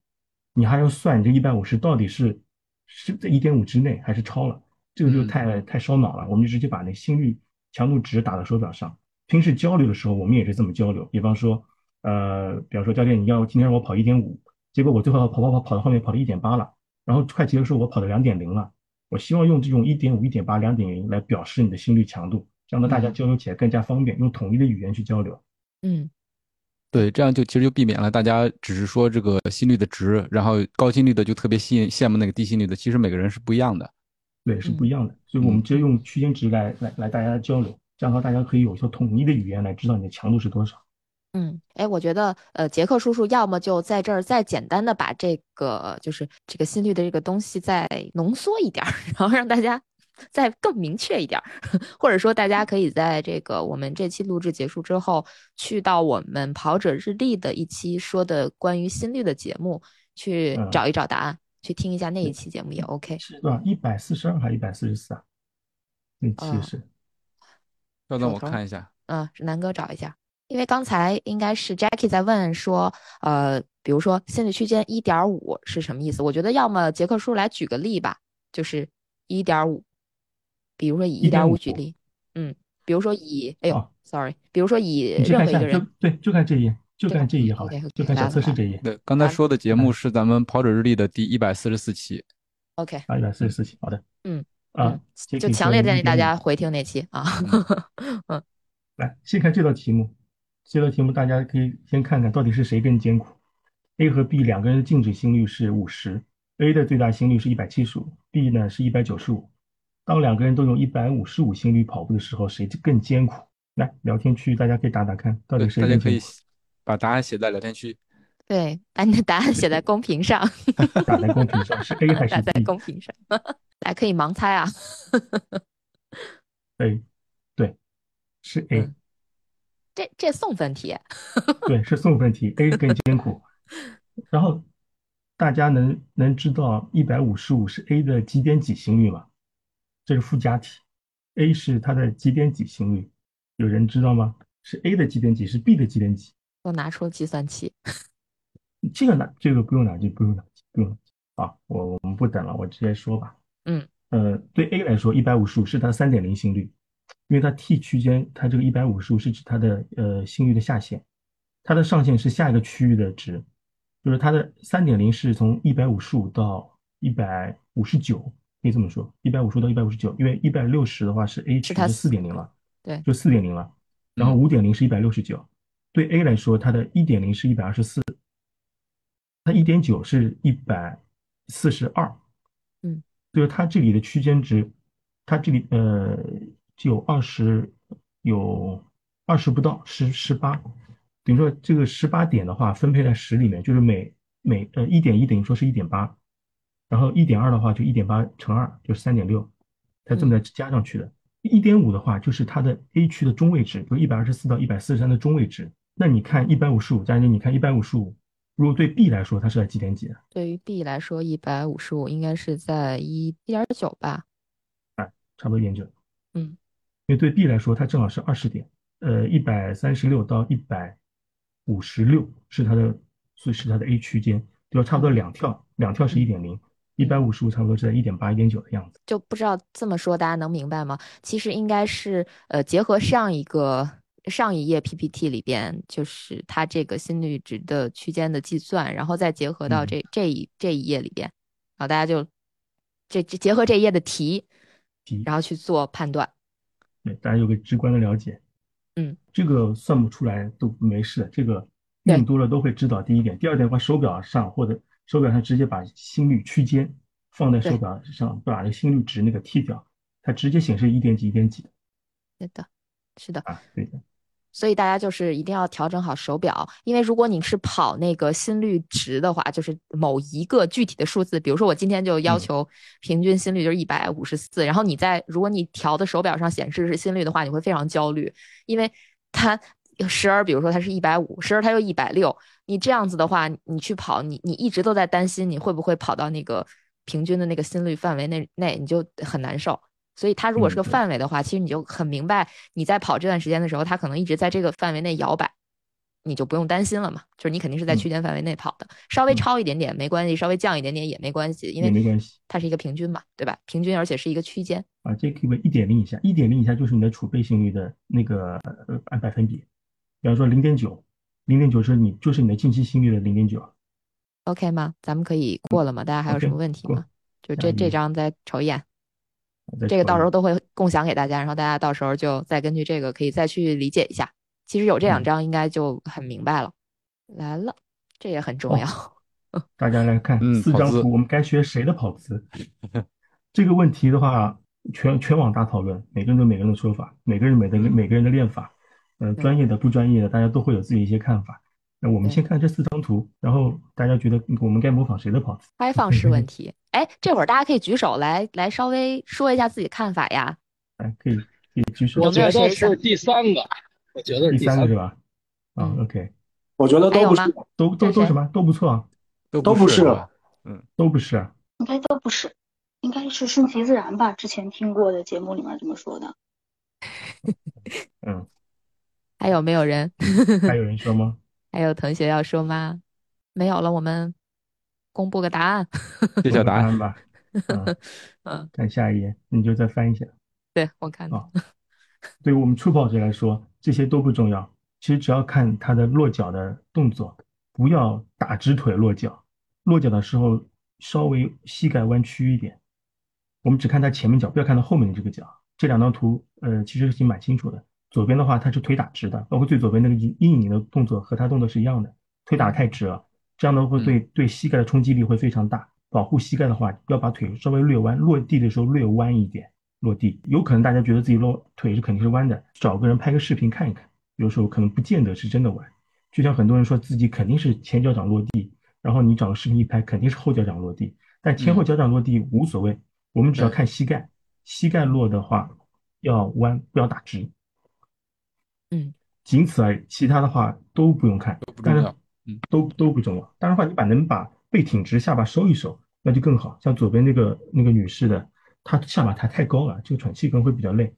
[SPEAKER 3] 你还要算你这一百五十到底是是在一点五之内还是超了，这个就
[SPEAKER 1] 嗯
[SPEAKER 3] 太太烧脑了。我们就直接把那心率强度值打到手表上。平时交流的时候，我们也是这么交流，比方说，呃，比方说教练，你要今天让我跑一点五，结果我最后跑跑跑跑到后面跑到一点八了，然后快结束我跑到两点零了。我希望用这种一点五、一点八、两点零来表示你的心率强度，这样呢大家交流起来更加方便，用统一的语言去交流。
[SPEAKER 2] 嗯，
[SPEAKER 1] 对，这样就其实就避免了大家只是说这个心率的值，然后高心率的就特别羡羡慕那个低心率的，其实每个人是不一样的。
[SPEAKER 3] 对，是
[SPEAKER 2] 嗯
[SPEAKER 3] 不一样的。所以我们直接用区间值来来来大家交流。这样的话，大家可以有效统一的语言来知道你的强度是多少。
[SPEAKER 2] 嗯，哎，我觉得，呃，杰克叔叔要么就在这儿再简单的把这个，就是这个心率的这个东西再浓缩一点儿， [LAUGHS] 然后让大家再更明确一点儿， [LAUGHS] 或者说大家可以在这个我们这期录制结束之后，去到我们跑者日历的一期说的关于心率的节目去找一找答案，去听一下那一期节目也 OK。
[SPEAKER 3] 是吧？一百四十二还一百四十四啊？那
[SPEAKER 2] 啊
[SPEAKER 3] 期是，
[SPEAKER 1] 稍等我看一下。
[SPEAKER 2] 嗯，是南哥找一下。因为刚才应该是 Jackie 在问说，呃，比如说心理区间一点五是什么意思？我觉得要么杰克叔来举个例吧，就是一点五，比如说以一点五举例，嗯，比如说以，哎呦、
[SPEAKER 3] 哦、
[SPEAKER 2] ，sorry，比如说以
[SPEAKER 3] 你就
[SPEAKER 2] 任
[SPEAKER 3] 看
[SPEAKER 2] 何一
[SPEAKER 3] 下
[SPEAKER 2] 个人，
[SPEAKER 3] 对，就看这一页，就看这一页好了，
[SPEAKER 2] OK，OK，
[SPEAKER 3] 就看小测试这一页
[SPEAKER 1] 对，刚才说的节目是咱们跑者日历的第一百四十四期。
[SPEAKER 2] ，OK，
[SPEAKER 3] 啊，一百四十四期，好的，
[SPEAKER 2] 嗯
[SPEAKER 3] 啊，
[SPEAKER 2] 嗯，就
[SPEAKER 3] Jackie
[SPEAKER 2] 强烈
[SPEAKER 3] 说
[SPEAKER 2] 建议大
[SPEAKER 3] 1.5
[SPEAKER 2] 家回听那期啊，嗯，
[SPEAKER 3] 来，先看这道题目。这道题目大家可以先看看到底是谁更艰苦。A 和 B 两个人的静止心率是五十，A 的最大心率是一百七十五，B 呢是一百九十五。当两个人都用一百五十五心率跑步的时候，谁更艰苦？来，聊天区大家可以打打看，到底
[SPEAKER 1] 对，
[SPEAKER 3] 谁
[SPEAKER 1] 大家
[SPEAKER 3] 更
[SPEAKER 1] 可
[SPEAKER 3] 艰
[SPEAKER 1] 以
[SPEAKER 3] 苦？
[SPEAKER 1] 把答案写在聊天区。
[SPEAKER 2] 对，把你的答案写在公屏上，
[SPEAKER 3] [LAUGHS] 打在公屏上，是 A 还
[SPEAKER 2] 打
[SPEAKER 3] 是
[SPEAKER 2] 在
[SPEAKER 3] B？
[SPEAKER 2] 公屏上， [LAUGHS] 大家可以盲猜啊，
[SPEAKER 3] a 对，是 A，
[SPEAKER 2] 嗯这这送分题， [LAUGHS]
[SPEAKER 3] 对，是送分题，A 更艰苦。然后大家能能知道一百五十五是 A 的几点几心率吗？这是附加题，A 是它的几点几心率，有人知道吗？是 A 的几点几，是 B 的几点几？
[SPEAKER 2] 都拿出计算器，
[SPEAKER 3] 这个拿这个不用拿，这个不用拿，不用拿啊！我我们不等了，我直接说吧。
[SPEAKER 2] 嗯，
[SPEAKER 3] 呃，对 A 来说，一百五十五是它三点零心率，因为它 t 区间，它这个一百五十五是指它的呃心率的下限，它的上限是下一个区域的值，就是它的三点零是从一百五十五到一百五十九，可以这么说，一百五十五到一百五十九，因为一百六十的话是 A
[SPEAKER 2] 是
[SPEAKER 3] 值
[SPEAKER 2] 它
[SPEAKER 3] 是四点零了，
[SPEAKER 2] [LAUGHS] 对
[SPEAKER 3] 就四点零了，然后五点零是一百六十九，对 A 来说，它的一点零是一百二十四，它一点九是一百四十二，
[SPEAKER 2] 嗯，
[SPEAKER 3] 就是它这里的区间值，它这里呃有二十有二十不到十十八，等于说这个十八点的话分配在十里面，就是每每呃一点一等于说是一点八，然后一点二的话就一点八乘二就是三点六，它这么再加上去的。一点五的话，就是它的 A 区的中位值，就一百二十四到一百四十三的中位值。那你看一百五十五，佳宁，你看一百五十五，如果对 B 来说，它是在几点几啊？
[SPEAKER 2] 对于 B 来说，一百五十五应该是在一一点九吧，
[SPEAKER 3] 差不多一点九。
[SPEAKER 2] 嗯，
[SPEAKER 3] 因为对 B 来说，它正好是二十点，呃，一百三十六到一百五十六是它的，所以是它的 A 区间，对吧？差不多两跳，两跳是一点零，一百五十五差不多是在一点八、一点九的样子。
[SPEAKER 2] 就不知道这么说大家能明白吗？其实应该是呃，结合上一个上一页 PPT 里边，就是它这个心率值的区间的计算，然后再结合到
[SPEAKER 3] 嗯
[SPEAKER 2] 这、这一这一页里边，然后大家就这这结合这一页的题，
[SPEAKER 3] 题
[SPEAKER 2] 然后去做判断。
[SPEAKER 3] 对，大家有个直观的了解。
[SPEAKER 2] 嗯，
[SPEAKER 3] 这个算不出来都没事的，这个
[SPEAKER 2] 对
[SPEAKER 3] 用多了都会知道。第一点，第二点的话，手表上或者手表上直接把心率区间放在手
[SPEAKER 2] 对
[SPEAKER 3] 表上，把那个心率值那个剔掉，它直接显示一点几、一点几
[SPEAKER 2] 对的，是的。
[SPEAKER 3] 啊，对的。
[SPEAKER 2] 所以大家就是一定要调整好手表，因为如果你是跑那个心率值的话，就是某一个具体的数字，比如说我今天就要
[SPEAKER 3] 嗯
[SPEAKER 2] 求平均心率就是一百五十四，然后你在如果你调的手表上显示是心率的话，你会非常焦虑，因为它时而比如说它是一百五，时而它又一百六，你这样子的话，你去跑，你你一直都在担心你会不会跑到那个平均的那个心率范围内内，你就很难受。所以它如果是
[SPEAKER 3] 嗯
[SPEAKER 2] 个
[SPEAKER 3] 对
[SPEAKER 2] 范围的话，其实你就很明白你在跑这段时间的时候，它可能一直在这个范围内摇摆，你就不用担心了嘛。就是你肯定是在
[SPEAKER 3] 嗯
[SPEAKER 2] 区间范围内跑的，稍微
[SPEAKER 3] 嗯
[SPEAKER 2] 超一点点没关系，稍微降一点点也没关系，因
[SPEAKER 3] 也没
[SPEAKER 2] 为
[SPEAKER 3] 关系
[SPEAKER 2] 它是一个平均嘛，对吧？平均而且是一个区间。
[SPEAKER 3] 啊，这可以为一点零以下，一点零以下就是你的储备心率的那个呃按百分比，比方说零点九，零点九是你就是你的近期心率的零点九，啊
[SPEAKER 2] OK 吗？咱们可以过了吗？大家还有什
[SPEAKER 3] 嗯 OK，
[SPEAKER 2] 么问题
[SPEAKER 3] 过
[SPEAKER 2] 吗？就
[SPEAKER 3] 下
[SPEAKER 2] 这
[SPEAKER 3] 一
[SPEAKER 2] 这
[SPEAKER 3] 页
[SPEAKER 2] 张再瞅一眼。
[SPEAKER 3] 再
[SPEAKER 2] 这个到
[SPEAKER 3] 说
[SPEAKER 2] 时候都会共享给大家，然后大家到时候就再根据这个可以再去理解一下。其实有这两
[SPEAKER 3] 嗯
[SPEAKER 2] 张应该就很明白了。来了，这也很重
[SPEAKER 3] 哦
[SPEAKER 2] 要。
[SPEAKER 3] 大家来看
[SPEAKER 1] 嗯
[SPEAKER 3] 四
[SPEAKER 1] 跑
[SPEAKER 3] 张
[SPEAKER 1] 姿
[SPEAKER 3] [LAUGHS] 图，我们该学谁的跑姿？这个问题的话，全全网大讨论，每个人都有每个人的说法，每个人每的每个人的练法，呃，专业的不专业的，大家都会有自己一些看法。那我们先看这四张图，然后大家觉得我们该模仿谁的跑姿？
[SPEAKER 2] 开放式问题。哎，这会儿大家可以举手来来稍微说一下自己看法呀。
[SPEAKER 3] 哎，可以可以举手。
[SPEAKER 2] 有
[SPEAKER 6] 我
[SPEAKER 2] 没
[SPEAKER 6] 觉
[SPEAKER 2] 有
[SPEAKER 6] 得
[SPEAKER 2] 谁
[SPEAKER 6] 是第三个，我觉得是
[SPEAKER 3] 第
[SPEAKER 6] 三
[SPEAKER 3] 三
[SPEAKER 6] 个
[SPEAKER 3] 个是吧？啊
[SPEAKER 2] 嗯
[SPEAKER 3] ，OK，
[SPEAKER 7] 我觉得
[SPEAKER 2] 还
[SPEAKER 7] 都
[SPEAKER 2] 有
[SPEAKER 7] 不
[SPEAKER 2] 吗
[SPEAKER 7] 是，
[SPEAKER 3] 都都
[SPEAKER 2] 这
[SPEAKER 3] 都
[SPEAKER 2] 谁
[SPEAKER 3] 什么都不错啊，
[SPEAKER 1] 都
[SPEAKER 7] 都
[SPEAKER 1] 不
[SPEAKER 7] 不
[SPEAKER 1] 是
[SPEAKER 7] 是
[SPEAKER 1] 吧？
[SPEAKER 3] 都不是啊。
[SPEAKER 5] 应该都不是，应该是顺其自然吧。之前听过的节目里面这么说的。
[SPEAKER 3] 嗯，
[SPEAKER 2] 还有没有人？
[SPEAKER 3] 还有人说吗？
[SPEAKER 2] [LAUGHS] 还有同学要说吗？没有了，我们公布个答案。
[SPEAKER 1] 揭晓答
[SPEAKER 3] 答
[SPEAKER 1] 案。
[SPEAKER 3] 案吧。嗯
[SPEAKER 2] [LAUGHS] 嗯，
[SPEAKER 3] 看下一页，你就再翻一下。
[SPEAKER 2] 对我看嗯
[SPEAKER 3] 啊对于我们初跑者来说，这些都不重要。其实只要看他的落脚的动作，不要打直腿落脚，落脚的时候稍微膝盖弯曲一点。我们只看他前面脚，不要看他后面的这个脚。这两张图，呃，其实已经蛮清楚的。左边的话，他是腿打直的，包括最左边那个阴阴影的动作和他动作是一样的，腿打得太直了，这样的会对对膝盖的冲击力会非常大。保护膝盖的话，要把腿稍微略弯，落地的时候略弯一点。落地，有可能大家觉得自己落腿是肯定是弯的，找个人拍个视频看一看，有时候可能不见得是真的弯。就像很多人说自己肯定是前脚掌落地，然后你找个视频一拍，肯定是后脚掌落地，但前后脚掌落地无所谓，我们只要看膝盖，膝盖落的话要弯，不要打直。
[SPEAKER 2] 嗯，
[SPEAKER 3] 仅此而已，其他的话都不用看，
[SPEAKER 1] 都不
[SPEAKER 3] 但
[SPEAKER 1] 重
[SPEAKER 3] 是
[SPEAKER 1] 要嗯，
[SPEAKER 3] 都都不重要。当然话，你把能把背挺直，下巴收一收，那就更好。像左边那个那个女士的，她下巴抬太高了，这个喘气可能会比较累。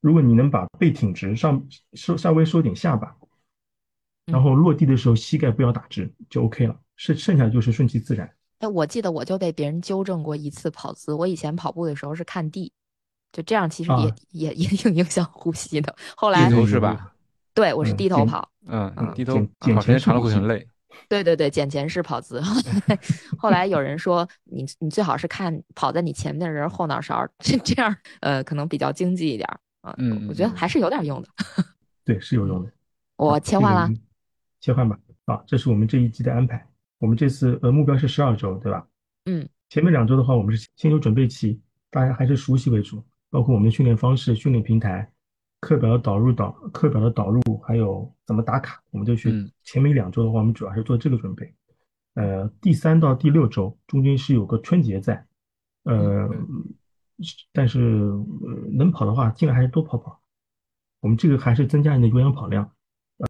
[SPEAKER 3] 如果你能把背挺直，上收稍微收点下巴，
[SPEAKER 2] 嗯
[SPEAKER 3] 然后落地的时候膝盖不要打直，就 OK 了。剩剩下就是顺其自然。
[SPEAKER 2] 哎，我记得我就被别人纠正过一次跑姿。我以前跑步的时候是看地，就这样，其实也、
[SPEAKER 3] 啊
[SPEAKER 2] 也也挺影响呼吸的。后
[SPEAKER 1] 低
[SPEAKER 2] 来，
[SPEAKER 1] 头是吧？
[SPEAKER 2] 对我是
[SPEAKER 3] 嗯
[SPEAKER 2] 低头
[SPEAKER 3] 减
[SPEAKER 2] 跑，
[SPEAKER 1] 嗯，
[SPEAKER 2] 嗯
[SPEAKER 1] 低头
[SPEAKER 3] 减减
[SPEAKER 1] 跑时间
[SPEAKER 3] 前
[SPEAKER 1] 长了
[SPEAKER 3] 速
[SPEAKER 1] 会
[SPEAKER 3] 度
[SPEAKER 1] 很累。
[SPEAKER 2] 对对对，捡前式跑姿。后来 [LAUGHS] 后来有人说，你你最好是看跑在你前面的人后脑勺，这这样呃可能比较经济一点儿。啊
[SPEAKER 1] 嗯
[SPEAKER 2] 我觉得还是有点用的。 [LAUGHS]
[SPEAKER 3] 对，是有用的。
[SPEAKER 2] 我切换
[SPEAKER 1] 嗯
[SPEAKER 2] 了，，
[SPEAKER 3] 切换吧。啊，这是我们这一季的安排。我们这次呃目标是十二周，对吧？
[SPEAKER 2] 嗯。
[SPEAKER 3] 前面两周的话，我们是先有准备期，大家还是熟悉为主，包括我们的训练方式、训练平台、课表的导入导课表的导入，还有怎么打卡，我们就去。
[SPEAKER 1] 嗯
[SPEAKER 3] 前面一两周的话，我们主要是做这个准备。呃，第三到第六周中间是有个春节在，呃，但是、呃能跑的话，尽量还是多跑跑。我们这个还是增加你的有氧跑量，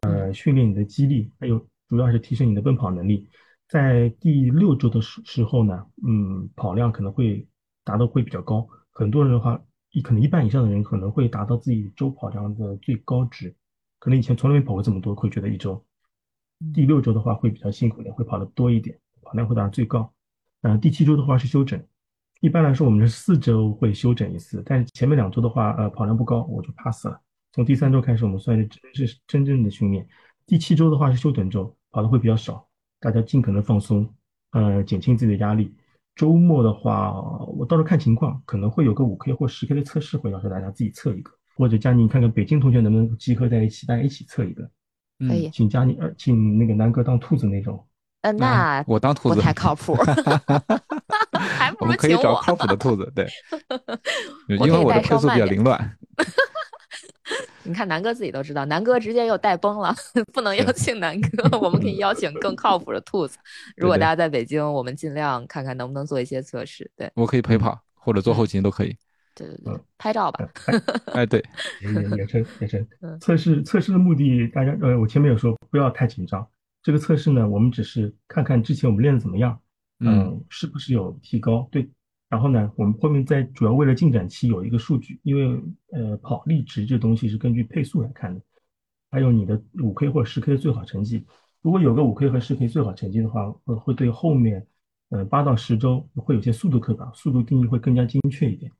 [SPEAKER 3] 呃，训练你的肌力，还有主要是提升你的奔跑能力。在第六周的时时候呢，嗯，跑量可能会达到会比较高，很多人的话，一可能一半以上的人可能会达到自己周跑量的最高值，可能以前从来没跑过这么多，会觉得一周。第六周的话会比较辛苦一点，会跑得多一点，跑量会达到最高。呃，第七周的话是休整，一般来说我们是四周会休整一次，但是前面两周的话，呃，跑量不高，我就 pass 了。从第三周开始，我们算是真是真正的训练。第七周的话是休整周，跑的会比较少，大家尽可能放松，呃，减轻自己的压力。周末的话，我到时候看情况，可能会有个五 K 或十 K 的测试，会要求大家自己测一个，或者佳宁看看北京同学能不能集合在一起，大家一起测一个。
[SPEAKER 2] 可
[SPEAKER 1] 嗯，
[SPEAKER 2] 以。
[SPEAKER 3] 请加你呃，请那个南哥当兔子那种。
[SPEAKER 2] 呃，那
[SPEAKER 1] 啊我当兔
[SPEAKER 2] 不
[SPEAKER 1] 子
[SPEAKER 2] 太
[SPEAKER 1] [LAUGHS]
[SPEAKER 2] 靠谱，还不
[SPEAKER 1] 我
[SPEAKER 2] 如
[SPEAKER 1] 们可以
[SPEAKER 2] 请
[SPEAKER 1] 找
[SPEAKER 2] 我。，
[SPEAKER 1] 靠谱的兔子，对
[SPEAKER 2] 我
[SPEAKER 1] 因为
[SPEAKER 2] 可以
[SPEAKER 1] 我的
[SPEAKER 2] 带
[SPEAKER 1] 配
[SPEAKER 2] 上
[SPEAKER 1] 速比
[SPEAKER 2] 慢
[SPEAKER 1] 较
[SPEAKER 2] 点
[SPEAKER 1] 凌乱。
[SPEAKER 2] 你看南哥自己都知道，南哥直接又带崩了， [LAUGHS] 不能邀请南哥，我们可以邀请更靠谱的兔子。如果
[SPEAKER 1] 嗯对对
[SPEAKER 2] 大家在北京，我们尽量看看能不能做一些测试。对
[SPEAKER 1] 我可以陪跑或者做后勤都可以。
[SPEAKER 2] 嗯对对对
[SPEAKER 3] 嗯，
[SPEAKER 2] 拍照吧。
[SPEAKER 1] 哎，对，
[SPEAKER 3] 也也也真也真
[SPEAKER 2] 嗯。
[SPEAKER 3] 测试测试的目的，大家呃，我前面有说不要太紧张。这个测试呢，我们只是看看之前我们练的怎么样，
[SPEAKER 1] 嗯，
[SPEAKER 3] 嗯，是不是有提高？对，然后呢，我们后面在主要为了进展期有一个数据，因为呃跑力值这东西是根据配速来看的，还有你的五 K 或十 K 的最好成绩。如果有个五 K 和十 K 最好成绩的话，会会对后面呃八到十周会有些速度课表，速度定义会更加精确一点。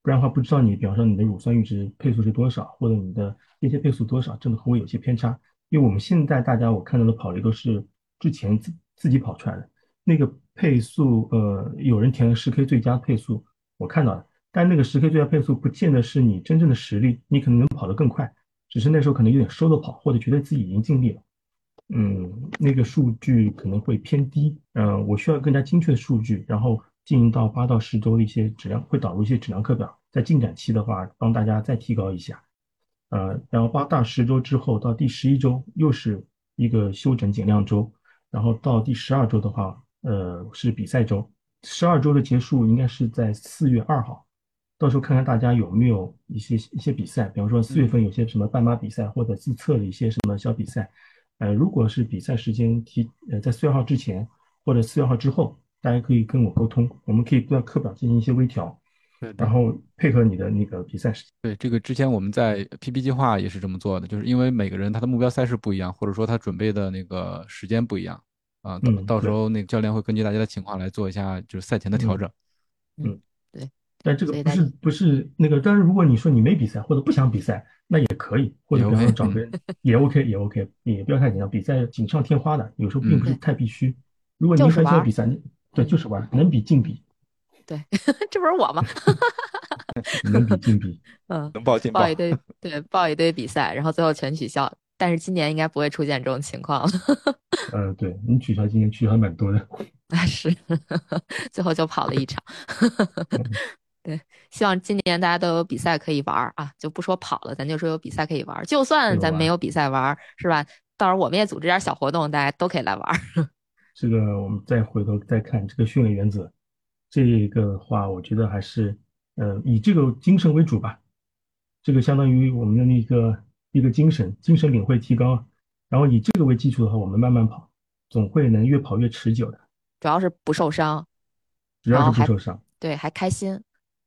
[SPEAKER 3] 不然的话，不知道你，比方说你的乳酸阈值配速是多少，或者你的间歇配速多少，真的会有些偏差。因为我们现在大家我看到的跑力都是之前自自己跑出来的，那个配速，呃，有人填了十 K 最佳配速，我看到了，但那个十 K 最佳配速不见得是你真正的实力，你可能能跑得更快，只是那时候可能有点收着跑，或者觉得自己已经尽力了。嗯，那个数据可能会偏低，呃，我需要更加精确的数据，然后进行到八到十周的一些质量，会导入一些质量课表，在进展期的话，帮大家再提高一下。呃，然后八到十周之后，到第十一周又是一个休整减量周，然后到第十二周的话，呃，是比赛周。十二周的结束应该是在四月二号，到时候看看大家有没有一些一些比赛，比方说四月份有些什么半马比赛或者自测的一些什么小比赛。呃，如果是比赛时间提呃在四月号之前或者四月号之后，大家可以跟我沟通，我们可以对课表进行一些微调，
[SPEAKER 1] 对对
[SPEAKER 3] 然后配合你的那个比赛时间。
[SPEAKER 1] 对，这个之前我们在 PB 计划也是这么做的，就是因为每个人他的目标赛事不一样，或者说他准备的那个时间不一样啊，到
[SPEAKER 3] 嗯
[SPEAKER 1] 到时
[SPEAKER 3] 对
[SPEAKER 1] 候那个教练会根据大家的情况来做一下就是赛前的调
[SPEAKER 3] 嗯
[SPEAKER 1] 整。
[SPEAKER 3] 但这个
[SPEAKER 2] 所以
[SPEAKER 3] 不
[SPEAKER 2] 大
[SPEAKER 3] 是不是那个，但是如果你说你没比赛或者不想比赛，那也可以，或者
[SPEAKER 1] 也
[SPEAKER 3] 比方
[SPEAKER 1] OK，
[SPEAKER 3] 说找个人也 OK 也 OK，也不要太紧张，比赛锦上添花的，有时候并不是
[SPEAKER 2] 嗯
[SPEAKER 3] 太必须。如果你
[SPEAKER 2] 就是
[SPEAKER 3] 很
[SPEAKER 2] 玩
[SPEAKER 3] 想
[SPEAKER 2] 儿嗯
[SPEAKER 3] 比赛，你对，就是玩儿，能比尽比，
[SPEAKER 2] [LAUGHS] 对， [LAUGHS] 这不是我吗？
[SPEAKER 3] 能比尽比。
[SPEAKER 2] 嗯，
[SPEAKER 1] 能报进
[SPEAKER 2] 报一堆，对，报一堆比赛，然后最后全取消。但是今年应该不会出现这种情况了， [LAUGHS]
[SPEAKER 3] 呃，对你取消今年取消还蛮多的。
[SPEAKER 2] 是，最后就跑了一场。 [LAUGHS] 对，希望今年大家都有比赛可以玩儿啊，就不说跑了，咱就说有比赛可以玩儿。就算
[SPEAKER 3] 有
[SPEAKER 2] 咱
[SPEAKER 3] 玩
[SPEAKER 2] 没有比赛玩儿，是吧？到时候我们也组织点儿小活动，大家都可以来玩儿。 [LAUGHS]
[SPEAKER 3] 这个我们再回头再看这个训练原则，这个的话我觉得还是呃以这个精神为主吧，这个相当于我们的那个一个精神，精神领会提高，然后以这个为基础的话，我们慢慢跑，总会能越跑越持久的，
[SPEAKER 2] 主要是不受伤，
[SPEAKER 3] 只要
[SPEAKER 2] 然
[SPEAKER 3] 是
[SPEAKER 2] 后
[SPEAKER 3] 不
[SPEAKER 2] 还
[SPEAKER 3] 受伤，
[SPEAKER 2] 对，还开心，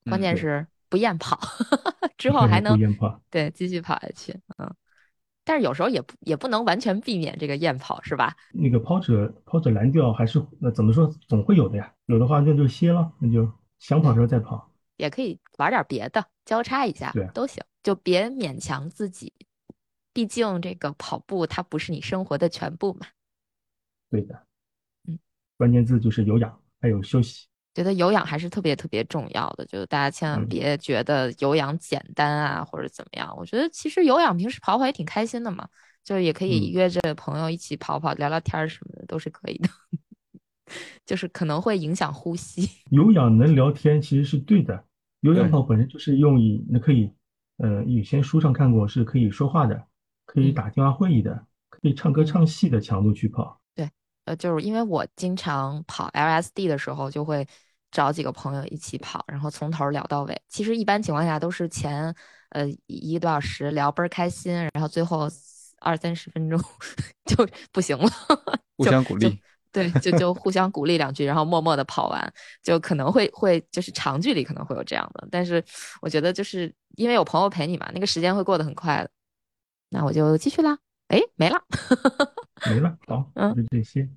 [SPEAKER 2] 关
[SPEAKER 1] 嗯
[SPEAKER 2] 键
[SPEAKER 3] 对
[SPEAKER 2] 是不厌跑， [LAUGHS] 之后
[SPEAKER 3] 肯
[SPEAKER 2] 哦还
[SPEAKER 3] 定不
[SPEAKER 2] 能
[SPEAKER 3] 厌跑。
[SPEAKER 2] 对继续跑下去。嗯，但是有时候也不也不能完全避免这个厌跑，是吧？
[SPEAKER 3] 那个抛者抛者蓝调还是那怎么说，总会有的呀，有的话那就歇了，那就想跑的时候再跑。
[SPEAKER 2] 也可以玩点别的，交叉一下
[SPEAKER 3] 对
[SPEAKER 2] 都行，就别勉强自己。毕竟这个跑步它不是你生活的全部嘛。
[SPEAKER 3] 对的，
[SPEAKER 2] 嗯，
[SPEAKER 3] 关键字就是有氧，还有休息。
[SPEAKER 2] 觉得有氧还是特别特别重要的，就大家千万
[SPEAKER 3] 嗯
[SPEAKER 2] 别觉得有氧简单啊，或者怎么样。我觉得其实有氧平时跑跑也挺开心的嘛，就是也可以
[SPEAKER 3] 嗯
[SPEAKER 2] 约着朋友一起跑跑、聊聊天儿什么的都是可以的， [LAUGHS] 就是可能会影响呼吸。
[SPEAKER 3] 有氧能聊天其实是对的，有氧
[SPEAKER 1] 对
[SPEAKER 3] 跑本身就是用以那可以，呃，以前书上看过是可以说话的，可以
[SPEAKER 2] 嗯
[SPEAKER 3] 打电话会议的，可以唱歌唱戏的强度去跑。
[SPEAKER 2] 呃，就是因为我经常跑 LSD 的时候，就会找几个朋友一起跑，然后从头儿聊到尾。其实一般情况下都是前呃一个多小时聊倍儿开心，然后最后二三十分钟 [LAUGHS] 就不行了， [LAUGHS]
[SPEAKER 1] 互
[SPEAKER 2] 就
[SPEAKER 1] 相鼓
[SPEAKER 2] 就
[SPEAKER 1] 励
[SPEAKER 2] [LAUGHS] 对，就就互相鼓励两句，然后默默的跑完，就可能会会就是长距离可能会有这样的，但是我觉得就是因为有朋友陪你嘛，那个时间会过得很快的。那我就继续啦，哎，没了。 [LAUGHS]
[SPEAKER 3] 没了，好，
[SPEAKER 2] 嗯
[SPEAKER 3] 就这些。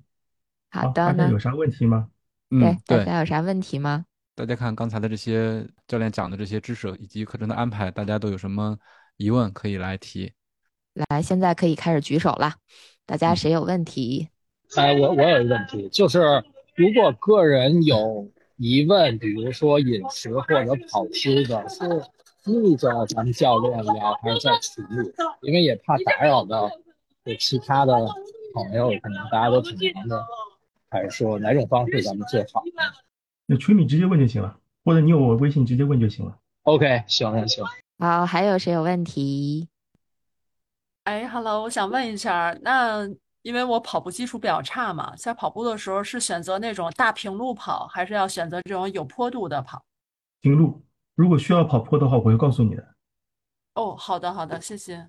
[SPEAKER 2] 好
[SPEAKER 3] 大
[SPEAKER 2] 的
[SPEAKER 3] 家
[SPEAKER 2] 呢
[SPEAKER 3] 有，啥问题吗？
[SPEAKER 1] 嗯，
[SPEAKER 2] 对，大
[SPEAKER 1] 对，
[SPEAKER 2] 家有啥问题吗？
[SPEAKER 1] 大家看刚才的这些教练讲的这些知识以及课程的安排，大家都有什么疑问可以来提？
[SPEAKER 2] 来，现在可以开始举手啦！大家
[SPEAKER 1] 嗯
[SPEAKER 2] 谁有问题？
[SPEAKER 6] 哎，我我有一个问题，就是如果个人有疑问，比如说饮食或者跑步的，是逆着咱们教练聊，还是在群里？因为也怕打扰到就其他的朋友，可能大家都挺忙的，还是说哪种方式咱们最好
[SPEAKER 3] 那群里直接问就行了，或者你有我微信直接问就行了。
[SPEAKER 6] ？OK，行行行，
[SPEAKER 2] 好，还有谁有问题？
[SPEAKER 7] 哎，Hello，我想问一下儿，那因为我跑步基础比较差嘛，在跑步的时候是选择那种大平路跑，还是要选择这种有坡度的跑？
[SPEAKER 3] 平路，如果需要跑坡的话，我会告诉你的。
[SPEAKER 7] 哦，好的，好的，谢谢。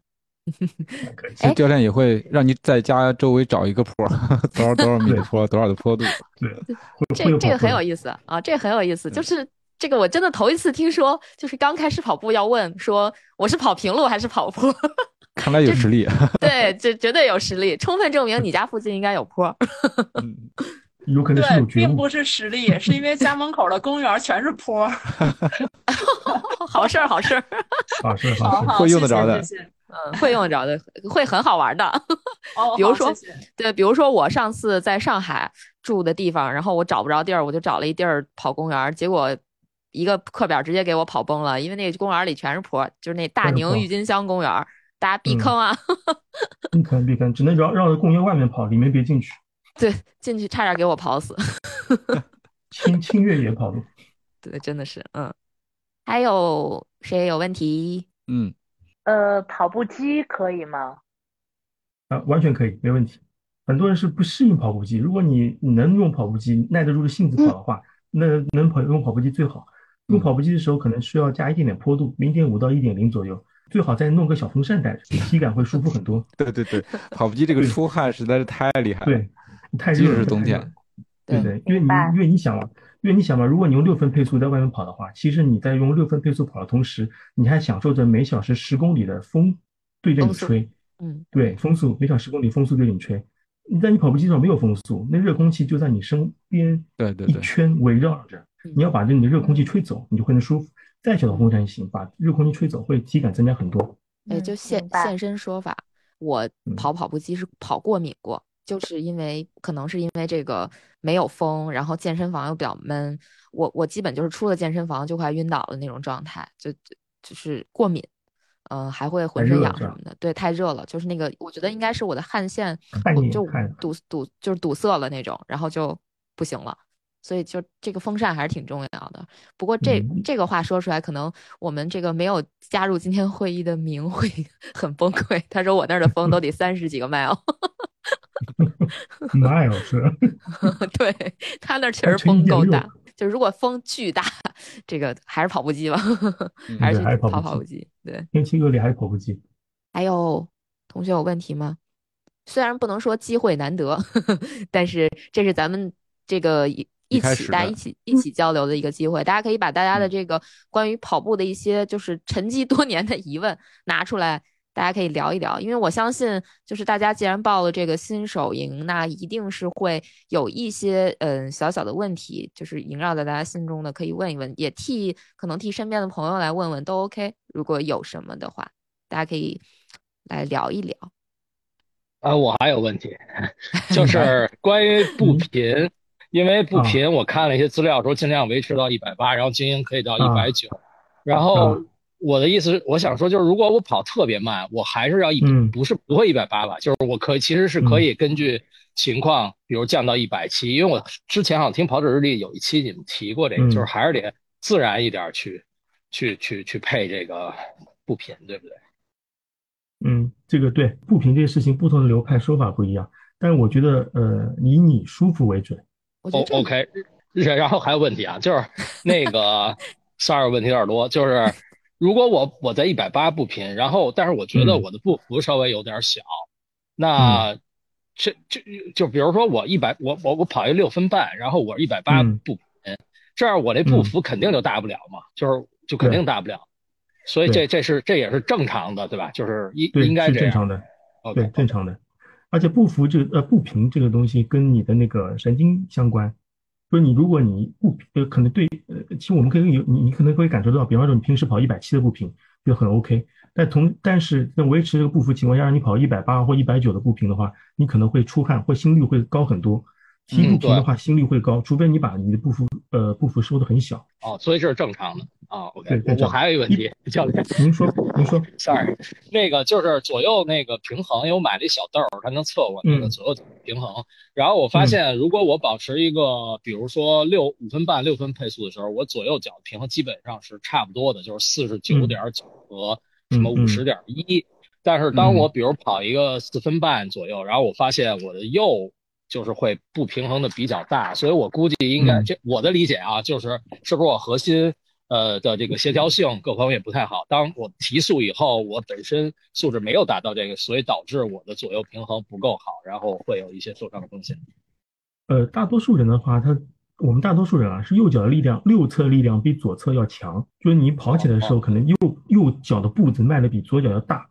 [SPEAKER 3] 可以，
[SPEAKER 2] 哎
[SPEAKER 1] 其实教练也会让你在家周围找一个坡儿，
[SPEAKER 3] [LAUGHS]
[SPEAKER 1] 多少多少米的坡儿，多少的坡度。
[SPEAKER 3] 对，会
[SPEAKER 2] 这
[SPEAKER 3] 会有
[SPEAKER 2] 这个
[SPEAKER 3] 跑坡嗯
[SPEAKER 2] 很有
[SPEAKER 3] 的。
[SPEAKER 2] 意思啊，这个很有意思，就是这个我真的头一次听说，就是刚开始跑步要问说我是跑平路还是跑坡，
[SPEAKER 1] 看来有实力。
[SPEAKER 2] [LAUGHS]
[SPEAKER 1] [LAUGHS]
[SPEAKER 2] 对，这绝对有实力，充分证明你家附近应该有坡。
[SPEAKER 1] 嗯，
[SPEAKER 3] 有可能是
[SPEAKER 7] 对，
[SPEAKER 3] 有觉
[SPEAKER 7] 并
[SPEAKER 3] 悟。
[SPEAKER 7] 不是实力，是因为家门口的公园儿全是坡儿。
[SPEAKER 2] [LAUGHS] 好事儿，好事儿，
[SPEAKER 3] 好事好
[SPEAKER 7] 好
[SPEAKER 3] 事，
[SPEAKER 7] 好，
[SPEAKER 1] 会用得
[SPEAKER 7] 谢谢
[SPEAKER 1] 着的
[SPEAKER 7] 谢谢。
[SPEAKER 2] 嗯，会用得着的，会很好玩的。
[SPEAKER 7] 哦，
[SPEAKER 2] [LAUGHS] 比如
[SPEAKER 7] 好
[SPEAKER 2] 说
[SPEAKER 7] 谢谢
[SPEAKER 2] 对，比如说我上次在上海住的地方，然后我找不着地儿，我就找了一地儿跑公园儿，结果一个课表直接给我跑崩了，因为那个公园儿里全是坡，就是那大
[SPEAKER 3] 全是
[SPEAKER 2] 宁
[SPEAKER 3] 坡嗯
[SPEAKER 2] 郁金香公园儿，大家避坑啊， [LAUGHS]
[SPEAKER 3] 避坑避坑，只能绕绕着公园外面跑，里面别进去。
[SPEAKER 2] 对，进去差点给我跑死。
[SPEAKER 3] 轻轻越野跑路。
[SPEAKER 2] [LAUGHS] 对，真的是，嗯。还有谁有问题？
[SPEAKER 1] 嗯，
[SPEAKER 8] 呃，跑步机可以吗？
[SPEAKER 3] 啊，完全可以，没问题。很多人是不适应跑步机，如果你能用跑步机，耐得住性子跑的话，
[SPEAKER 2] 嗯
[SPEAKER 3] 那能跑用跑步机最好。用跑步机的时候，可能需要加一点点坡度，零点五到一点零左右，最好再弄个小风扇带着，体感会舒服很多。
[SPEAKER 1] 对对对，跑步机这个出汗实在是太厉害了，
[SPEAKER 3] 对，太
[SPEAKER 1] 即
[SPEAKER 3] 热
[SPEAKER 1] 使
[SPEAKER 3] 了，
[SPEAKER 1] 是冬
[SPEAKER 3] 太热了
[SPEAKER 1] 天。
[SPEAKER 3] 对对，因为你因为你想嘛，因为你想嘛，如果你用六分配速在外面跑的话，其实你在用六分配速跑的同时，你还享受着每小时十公里的风对着你
[SPEAKER 2] 风速
[SPEAKER 3] 吹，
[SPEAKER 2] 嗯，
[SPEAKER 3] 对，风速每小时公里风速对着你吹。你在你跑步机上没有风速，那热空气就在你身
[SPEAKER 6] 嗯
[SPEAKER 3] 边
[SPEAKER 1] 对对
[SPEAKER 3] 一
[SPEAKER 1] 对
[SPEAKER 3] 圈围绕着，你要把这里的热空气吹走，你就会能舒服。再小的风扇也行，把热空气吹走会体感增加很多。
[SPEAKER 2] 哎，就现现身说法，我
[SPEAKER 3] 嗯
[SPEAKER 2] 跑跑步机是跑过敏过，就是因为可能是因为这个没有风，然后健身房又比较闷，我我基本就是出了健身房就快晕倒了那种状态，就就就是过敏，嗯、还会浑
[SPEAKER 3] 太
[SPEAKER 2] 身
[SPEAKER 3] 热了
[SPEAKER 2] 痒
[SPEAKER 3] 是
[SPEAKER 2] 什
[SPEAKER 3] 吧
[SPEAKER 2] 么的，对，太热了，就是那个，我觉得应该是我的汗腺，
[SPEAKER 3] 汗
[SPEAKER 2] 我
[SPEAKER 3] 液
[SPEAKER 2] 就
[SPEAKER 3] 汗
[SPEAKER 2] 堵堵就是堵塞了那种，然后就不行了。所以就这个风扇还是挺重要的。不过这、
[SPEAKER 3] 嗯
[SPEAKER 2] 这个话说出来，可能我们这个没有加入今天会议的明会很崩溃。他说我那儿的风都得三十几个哦 mile，
[SPEAKER 3] Mile 是吧
[SPEAKER 2] [LAUGHS] 对他那儿确
[SPEAKER 3] 还
[SPEAKER 2] 实
[SPEAKER 3] 吹
[SPEAKER 2] 风够
[SPEAKER 3] 1.6
[SPEAKER 2] 大。就如果风巨大，这个还是跑步机吧，还
[SPEAKER 3] 嗯对
[SPEAKER 2] 是去
[SPEAKER 3] 还是跑
[SPEAKER 2] 跑
[SPEAKER 3] 步
[SPEAKER 2] 跑步
[SPEAKER 3] 机
[SPEAKER 2] 机。对，
[SPEAKER 3] 天气恶劣还是跑步机。
[SPEAKER 2] 还有同学有问题吗？虽然不能说机会难得， [LAUGHS] 但是这是咱们这个一
[SPEAKER 1] 一
[SPEAKER 2] 一
[SPEAKER 1] 开
[SPEAKER 2] 起
[SPEAKER 1] 始
[SPEAKER 2] 大
[SPEAKER 1] 的
[SPEAKER 2] 家
[SPEAKER 1] 嗯
[SPEAKER 2] 一起一起交流的一个机会。大家可以把大家的这个关于跑步的一些就是沉积多年的疑问拿出来，大家可以聊一聊。因为我相信，就是大家既然报了这个新手营，那一定是会有一些嗯小小的问题，就是萦绕在大家心中的，可以问一问，也替可能替身边的朋友来问问都 OK。如果有什么的话，大家可以来聊一聊。
[SPEAKER 6] 啊，我还有问题， [LAUGHS] 就是关
[SPEAKER 3] [LAUGHS]
[SPEAKER 6] 于
[SPEAKER 3] 嗯
[SPEAKER 6] 步频，因为
[SPEAKER 3] 啊
[SPEAKER 6] 步频我看了一些资料，说尽量维持到一百八，然后精英可以到一
[SPEAKER 3] 啊
[SPEAKER 6] 百九。然后我的意思是，我想说，就是如果我跑特别慢，我还是要一
[SPEAKER 3] 嗯
[SPEAKER 6] 不是不会一百八吧，就是我可以其实是可以根据情况，比如降到一百七，因为我之前好像听跑者日历有一期你们提过这个，
[SPEAKER 3] 嗯
[SPEAKER 6] 就是还是得自然一点去去去去配这个步频，对不对？
[SPEAKER 3] 嗯，这个对，步频这个事情，不同的流派说法不一样，但是我觉得，呃，以你舒服为准。
[SPEAKER 2] 我觉
[SPEAKER 6] O
[SPEAKER 2] 得这
[SPEAKER 6] 哦 OK，然 [LAUGHS] 然后还有问题啊，就是那
[SPEAKER 3] [LAUGHS]
[SPEAKER 6] 个 sorry 问题有点多，就是如果我我在一百八步频，然后但是我觉得
[SPEAKER 3] 嗯
[SPEAKER 6] 我的步幅稍微有点小，那这这就比如说我一百我我我跑一六分半，然后我一百八
[SPEAKER 3] 嗯
[SPEAKER 6] 步频，这样我这步幅肯定就大不了嘛，就是就肯定大不了，所以这这是这也是正常的，对吧？就是应
[SPEAKER 3] 对，
[SPEAKER 6] 应该
[SPEAKER 3] 是
[SPEAKER 6] 这
[SPEAKER 3] 正
[SPEAKER 6] 样
[SPEAKER 3] 常的，
[SPEAKER 6] OK，
[SPEAKER 3] 对，正常的。而且步幅这个呃步频这个东西跟你的那个神经相关，所以你如果你步频呃可能对呃，其实我们可以有你你可能会感受到，比方说你平时跑一百七的步频就很 OK，但同但是在维持这个步幅情况下，让你跑一百八或一百九的步频的话，你可能会出汗或心率会高很多。踢
[SPEAKER 6] 嗯
[SPEAKER 3] 步频的
[SPEAKER 6] 对
[SPEAKER 3] 话，心率会高，除非你把你的步幅呃步幅收的很小。
[SPEAKER 6] 哦，所以这是正常的啊。OK，
[SPEAKER 3] 对
[SPEAKER 6] 我
[SPEAKER 3] 正
[SPEAKER 6] 我
[SPEAKER 3] 常
[SPEAKER 6] 还有一个问题， [LAUGHS] 教练。
[SPEAKER 3] 您说，您说，
[SPEAKER 6] sorry，那个就是左右那个平衡，因为我买了一小豆儿，它能测我那个
[SPEAKER 3] 嗯
[SPEAKER 6] 左右平衡。然后我发现，如果我保持一个，比如说六五分半、六分配速的时候，我左右脚平衡基本上是差不多的，就是四十九点九和什么
[SPEAKER 3] 嗯
[SPEAKER 6] 五
[SPEAKER 3] 嗯
[SPEAKER 6] 十点一。但是当我比如跑一个四分半左右，然后我发现我的右就是会不平衡的比较大，所以我估计应该
[SPEAKER 3] 嗯
[SPEAKER 6] 这我的理解啊，就是是不是我核心呃的这个协调性各方面不太好。当我提速以后，我本身素质没有达到这个，所以导致我的左右平衡不够好，然后会有一些受伤风险。
[SPEAKER 3] 呃，大多数人的话，他我们大多数人啊，是右脚的力量，右侧力量比左侧要强。就是你跑起来的时候，可能右右脚的步子迈得比左脚要大。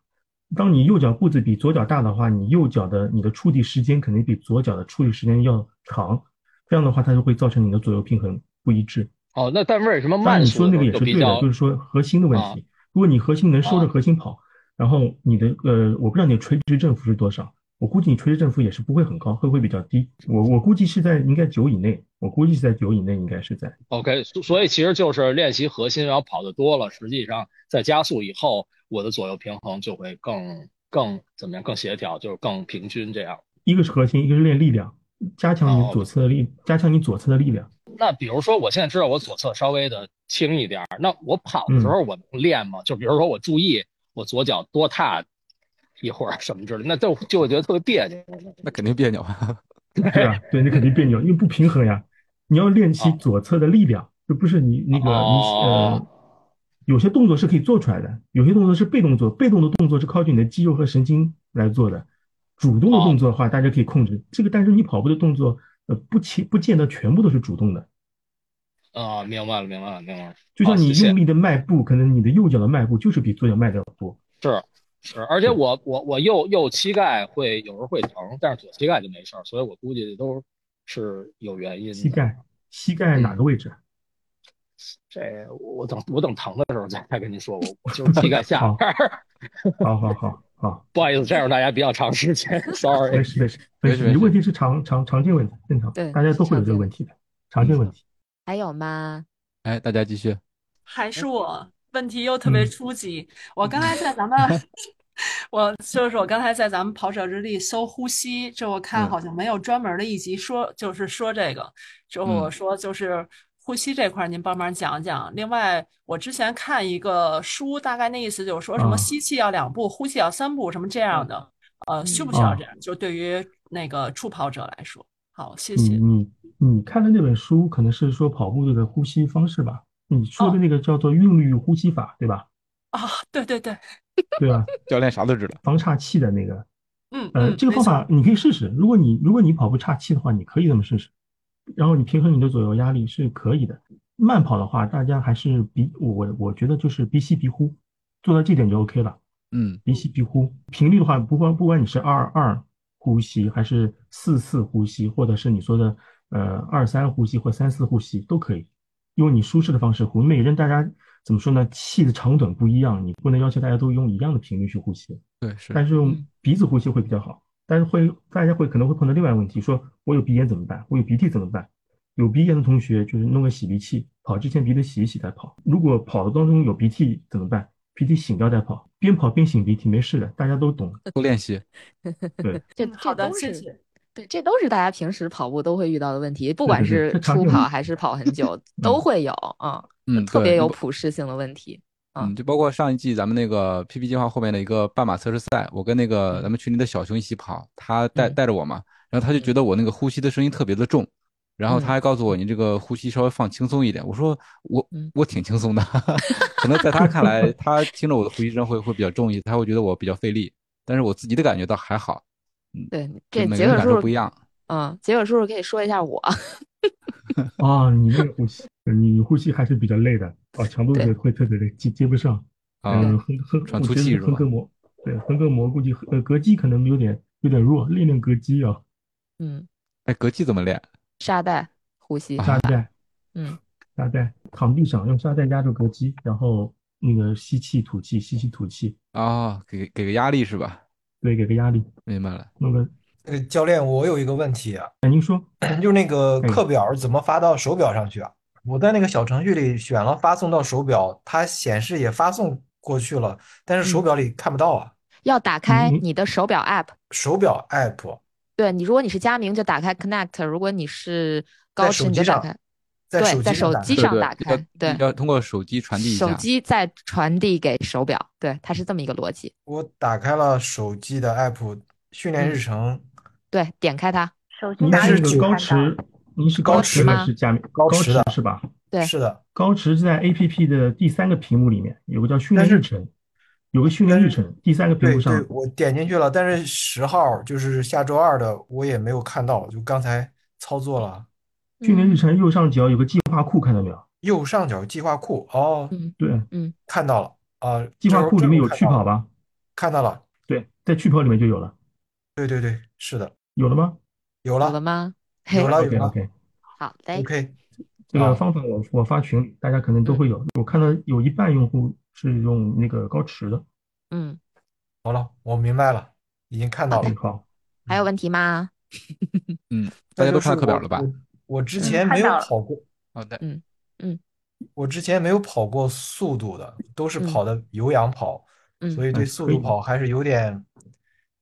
[SPEAKER 3] 当你右脚步子比左脚大的话，你右脚的你的触地时间肯定比左脚的触地时间要长。这样的话，它就会造成你的左右平衡不一致。
[SPEAKER 6] 哦，那但为什么
[SPEAKER 3] 当然，
[SPEAKER 6] 慢
[SPEAKER 3] 你
[SPEAKER 6] 速
[SPEAKER 3] 说那
[SPEAKER 6] 的时候
[SPEAKER 3] 个也是
[SPEAKER 6] 就比
[SPEAKER 3] 对的，
[SPEAKER 6] 较
[SPEAKER 3] 就是说核心的问
[SPEAKER 6] 啊
[SPEAKER 3] 题。如果你核心能收着
[SPEAKER 6] 啊
[SPEAKER 3] 核心跑，然后你的呃，我不知道你的垂直振幅是多少，我估计你垂直振幅也是不会很高，会不会比较低？我我估计是在应该九以内，我估计是在九以内，应该是在
[SPEAKER 6] OK？所所以其实就是练习核心，然后跑得多了，实际上在加速以后，我的左右平衡就会更更怎么样更协调，就是更平均这样。
[SPEAKER 3] 一个是核心，一个是练力量，加强你
[SPEAKER 6] 哦
[SPEAKER 3] 左侧的力，加强你左侧的力量。
[SPEAKER 6] 那比如说，我现在知道我左侧稍微的轻一点儿，那我跑的时
[SPEAKER 3] 嗯
[SPEAKER 6] 候我能练吗？就比如说我注意我左脚多踏一会儿什么之类的，那就就我觉得特别别扭。
[SPEAKER 1] 那肯定别扭啊。 [LAUGHS]
[SPEAKER 3] [LAUGHS] 对啊，对你肯定别扭，因为不平衡呀。你要练习左侧的力量，就不是你那个你呃
[SPEAKER 6] 哦，
[SPEAKER 3] 有些动作是可以做出来的，有些动作是被动做，被动的动作是靠近你的肌肉和神经来做的。主动的动作的话，大家可以控制这个，但是你跑步的动作，呃，不其不见得全部都是主动的。
[SPEAKER 6] 啊、明白了，明白了，明白了。
[SPEAKER 3] 就像
[SPEAKER 6] 好
[SPEAKER 3] 你
[SPEAKER 6] 哦谢谢
[SPEAKER 3] 用力的迈步，可能你的右脚的迈步就是比左脚迈的多。
[SPEAKER 6] 是是，而
[SPEAKER 3] 嗯
[SPEAKER 6] 且我我我右右膝盖会有时候会疼，但是左膝盖就没事儿，所以我估计都是有原因的。
[SPEAKER 3] 膝盖，膝盖哪个位置？
[SPEAKER 6] 这我等我等疼的时候再再跟您说，我我就是膝盖下
[SPEAKER 3] 好
[SPEAKER 6] 边儿。 [LAUGHS]
[SPEAKER 3] 好好好好，
[SPEAKER 6] 不好意思，占用大家比较长时
[SPEAKER 2] [LAUGHS]
[SPEAKER 6] 间，sorry
[SPEAKER 3] 没。事没事
[SPEAKER 1] 没
[SPEAKER 3] 没
[SPEAKER 1] 事
[SPEAKER 3] 事，
[SPEAKER 1] 没
[SPEAKER 3] 你
[SPEAKER 1] 事
[SPEAKER 3] 问题是常常常见问题，正常，
[SPEAKER 2] 对
[SPEAKER 3] 大家都会有这个问题的，常见问题。
[SPEAKER 2] 还有吗？
[SPEAKER 1] 哎，大家继续。
[SPEAKER 7] 还是我问题又特别
[SPEAKER 3] 嗯
[SPEAKER 7] 初级。我刚才在咱们，我就是我刚才在咱们跑者日历搜呼吸，这我看
[SPEAKER 1] 嗯
[SPEAKER 7] 好像没有专门的一集说，就是说这个。之后我
[SPEAKER 1] 嗯
[SPEAKER 7] 说就是呼吸这块，您帮忙讲讲。另外，我之前看一个书，大概那意思就是说什么
[SPEAKER 3] 啊
[SPEAKER 7] 吸气要两步，呼气要三步，什么这样的。呃，需不需要这样？就对于那个助跑者来说，好，谢
[SPEAKER 3] 你
[SPEAKER 7] 谢。
[SPEAKER 3] 你你嗯看的那本书可能是说跑步的呼吸方式吧？你说的那个叫做韵律呼吸法，对吧？
[SPEAKER 7] 啊，哦对对对，
[SPEAKER 3] 对啊，
[SPEAKER 1] 教练啥都知道。
[SPEAKER 3] 防岔气的那个，
[SPEAKER 7] 嗯
[SPEAKER 3] 呃，
[SPEAKER 7] 嗯，
[SPEAKER 3] 这个
[SPEAKER 7] 没
[SPEAKER 3] 方
[SPEAKER 7] 错
[SPEAKER 3] 法你可以试试。如果你如果你跑步岔气的话，你可以这么试试。然后你平衡你的左右压力是可以的。慢跑的话，大家还是鼻我我我觉得就是鼻吸鼻呼，做到这点就 OK 了。
[SPEAKER 1] 嗯
[SPEAKER 3] 鼻吸鼻呼频率的话，不管不管你是二二呼吸，还是四四呼吸，或者是你说的呃二三呼吸或三四呼吸都可以，用你舒适的方式呼。每个人大家怎么说呢？气的长短不一样，你不能要求大家都用一样的频率去呼吸，
[SPEAKER 1] 对是。
[SPEAKER 3] 但是用鼻子呼吸会比较好。但是会大家会可能会碰到另外一个问题，说我有鼻炎怎么办？我有鼻涕怎么办？有鼻炎的同学就是弄个洗鼻器，跑之前鼻子洗一洗再跑。如果跑的当中有鼻涕怎么办？鼻涕醒掉再跑，边跑边擤鼻涕没事的，大家都懂。
[SPEAKER 1] 多练习。
[SPEAKER 2] 这
[SPEAKER 7] 嗯
[SPEAKER 2] [LAUGHS] 这
[SPEAKER 7] 好的，
[SPEAKER 2] 都
[SPEAKER 7] 谢
[SPEAKER 2] 是
[SPEAKER 7] 谢。
[SPEAKER 2] 对，这都是大家平时跑步都会遇到的问题，不管
[SPEAKER 3] 对对
[SPEAKER 2] 是
[SPEAKER 3] 这常
[SPEAKER 2] 初
[SPEAKER 3] 见
[SPEAKER 2] 跑
[SPEAKER 3] 问题
[SPEAKER 2] 还是跑很久，都会有啊，
[SPEAKER 1] 嗯，
[SPEAKER 2] 特
[SPEAKER 1] 对
[SPEAKER 2] 别有
[SPEAKER 1] 你不
[SPEAKER 2] 普适性的问题。啊
[SPEAKER 1] 嗯，就包括上一季咱们那个 PP 计划后面的一个半马测试赛，我跟那个咱们群里的小熊一起跑，他带
[SPEAKER 2] 嗯
[SPEAKER 1] 带着我嘛，然后他就觉得我那个呼吸的声音特别的重，然后他
[SPEAKER 2] 嗯
[SPEAKER 1] 还告诉我你这个呼吸稍微放轻松一点，我说我
[SPEAKER 2] 嗯
[SPEAKER 1] 我挺轻松的， [LAUGHS] 可能在他看来，他听着我的呼吸声会会比较重一些，他会觉得我比较费力，但是我自己的感觉倒还好，
[SPEAKER 2] 对，
[SPEAKER 1] 就
[SPEAKER 2] 这
[SPEAKER 1] 每
[SPEAKER 2] 解
[SPEAKER 1] 个人
[SPEAKER 2] 锁
[SPEAKER 1] 感受
[SPEAKER 2] 叔
[SPEAKER 1] 不一样。
[SPEAKER 2] 嗯，解锁叔叔可以说一下我，
[SPEAKER 3] 啊，你那个呼吸，你你呼吸还是比较累的啊，强度
[SPEAKER 2] 对
[SPEAKER 3] 会会特别累，接接不上。
[SPEAKER 1] 啊
[SPEAKER 3] 嗯，横横，
[SPEAKER 1] 喘
[SPEAKER 3] 我
[SPEAKER 1] 粗
[SPEAKER 3] 觉得
[SPEAKER 1] 气
[SPEAKER 3] 是
[SPEAKER 1] 是
[SPEAKER 3] 横
[SPEAKER 1] 吧
[SPEAKER 3] 膈膜，对，横膈膜估计呃膈肌可能有点有点弱，练练膈肌啊，
[SPEAKER 2] 嗯，
[SPEAKER 1] 哎，膈肌怎么练？
[SPEAKER 2] 沙袋呼吸
[SPEAKER 3] 沙
[SPEAKER 2] 法，
[SPEAKER 3] 袋，
[SPEAKER 2] 嗯，
[SPEAKER 3] 沙袋，躺地上用沙袋压住膈肌，然后那个吸气吐气，吸气吐气，
[SPEAKER 1] 啊，给给个压力是吧？
[SPEAKER 3] 对，给个压力，
[SPEAKER 1] 明白了。
[SPEAKER 3] 弄个，
[SPEAKER 9] [LAUGHS] 呃，教练，我有一个问题啊， [CLEARS THROAT]
[SPEAKER 3] 哎，您说，
[SPEAKER 9] 就是那个
[SPEAKER 3] 嗯
[SPEAKER 9] 课表怎么发到手表上去啊？我在那个小程序里选了发送到手表，它显示也发送过去了，但是手表里看不到啊。
[SPEAKER 2] 要打开
[SPEAKER 3] 嗯
[SPEAKER 2] 你的手表 app，
[SPEAKER 9] 手表 app
[SPEAKER 2] 对你，如果你是佳明就打开 Connect，如果你是高
[SPEAKER 9] 在
[SPEAKER 2] 驰
[SPEAKER 9] 手
[SPEAKER 2] 你就
[SPEAKER 9] 机
[SPEAKER 2] 打
[SPEAKER 9] 上
[SPEAKER 2] 开，
[SPEAKER 9] 在
[SPEAKER 2] 对
[SPEAKER 9] 手
[SPEAKER 2] 在
[SPEAKER 9] 机上
[SPEAKER 2] 手
[SPEAKER 9] 打
[SPEAKER 2] 机
[SPEAKER 1] 对
[SPEAKER 9] 开
[SPEAKER 2] 上
[SPEAKER 1] 对
[SPEAKER 2] 打
[SPEAKER 1] 要
[SPEAKER 2] 开，对，
[SPEAKER 1] 要通过手机传递一
[SPEAKER 2] 手
[SPEAKER 1] 下。
[SPEAKER 2] 机再传递给手表，对，它是这么一个逻辑，
[SPEAKER 9] 我打开了手机的 app 训练日程，
[SPEAKER 2] 对，点开它，
[SPEAKER 8] 手机
[SPEAKER 3] 您
[SPEAKER 9] 哪
[SPEAKER 3] 嗯是
[SPEAKER 8] 里能
[SPEAKER 9] 里
[SPEAKER 3] 那个
[SPEAKER 9] 只
[SPEAKER 3] 高
[SPEAKER 8] 看到？
[SPEAKER 3] 驰，您是
[SPEAKER 9] 高
[SPEAKER 3] 高
[SPEAKER 9] 驰啊
[SPEAKER 3] 驰还
[SPEAKER 2] 吗
[SPEAKER 3] 是佳明？
[SPEAKER 9] 高
[SPEAKER 3] 高
[SPEAKER 9] 驰的
[SPEAKER 3] 是吧？
[SPEAKER 2] 对，
[SPEAKER 9] 是的，
[SPEAKER 3] 高驰在 APP 的第三个屏幕里面有个叫训
[SPEAKER 9] 但
[SPEAKER 3] 练日
[SPEAKER 9] 是
[SPEAKER 3] 程，有个训练
[SPEAKER 9] 但
[SPEAKER 3] 日
[SPEAKER 9] 是
[SPEAKER 3] 程，第三个屏
[SPEAKER 9] 对
[SPEAKER 3] 幕
[SPEAKER 9] 对，
[SPEAKER 3] 上，
[SPEAKER 9] 我点进去了，但是十号就是下周二的，我也没有看到，就刚才操作了啊
[SPEAKER 3] 训练
[SPEAKER 2] 嗯
[SPEAKER 3] 日程右上角有个计划库，看到没有？
[SPEAKER 9] 右上角计划库，哦，
[SPEAKER 2] 嗯
[SPEAKER 3] 对，
[SPEAKER 9] 看到了啊，
[SPEAKER 3] 计
[SPEAKER 9] 这
[SPEAKER 3] 划
[SPEAKER 9] 会儿
[SPEAKER 3] 库里
[SPEAKER 9] 这
[SPEAKER 3] 面
[SPEAKER 9] 会
[SPEAKER 3] 有
[SPEAKER 9] 儿看
[SPEAKER 3] 趣
[SPEAKER 9] 到
[SPEAKER 3] 跑
[SPEAKER 9] 了，
[SPEAKER 3] 吧？
[SPEAKER 9] 看到了，
[SPEAKER 3] 对，在趣跑里面就有了，
[SPEAKER 9] 对对对，是的，
[SPEAKER 3] 有了吗
[SPEAKER 9] 有
[SPEAKER 2] 有
[SPEAKER 9] 了，
[SPEAKER 2] 了吗？嘿
[SPEAKER 9] 有，了，有
[SPEAKER 3] ？OK
[SPEAKER 9] 了
[SPEAKER 3] OK，
[SPEAKER 2] 好嘞，
[SPEAKER 9] ，OK，
[SPEAKER 3] 这个
[SPEAKER 9] 啊
[SPEAKER 3] 方法我我发群里，大家可能都会有。我看到有一半用户是用那个高驰的。
[SPEAKER 2] 嗯，
[SPEAKER 9] 好了，我明白了，已经看到了，
[SPEAKER 3] 嗯，好，
[SPEAKER 2] 还有问题吗？
[SPEAKER 1] 嗯，
[SPEAKER 9] 这
[SPEAKER 1] 大家都
[SPEAKER 9] 就是
[SPEAKER 1] 看到课表
[SPEAKER 9] 我
[SPEAKER 1] 了吧？
[SPEAKER 9] 我我之
[SPEAKER 2] 嗯
[SPEAKER 9] 前
[SPEAKER 8] 看
[SPEAKER 9] 没有
[SPEAKER 8] 到了
[SPEAKER 9] 跑过，
[SPEAKER 1] 好的，
[SPEAKER 9] 我之前没有跑过速度的，都是
[SPEAKER 2] 嗯
[SPEAKER 9] 跑的有氧跑，
[SPEAKER 2] 嗯
[SPEAKER 9] 所以对
[SPEAKER 3] 嗯
[SPEAKER 9] 速
[SPEAKER 3] 可
[SPEAKER 9] 度
[SPEAKER 3] 以
[SPEAKER 9] 跑还是有点
[SPEAKER 7] 嗯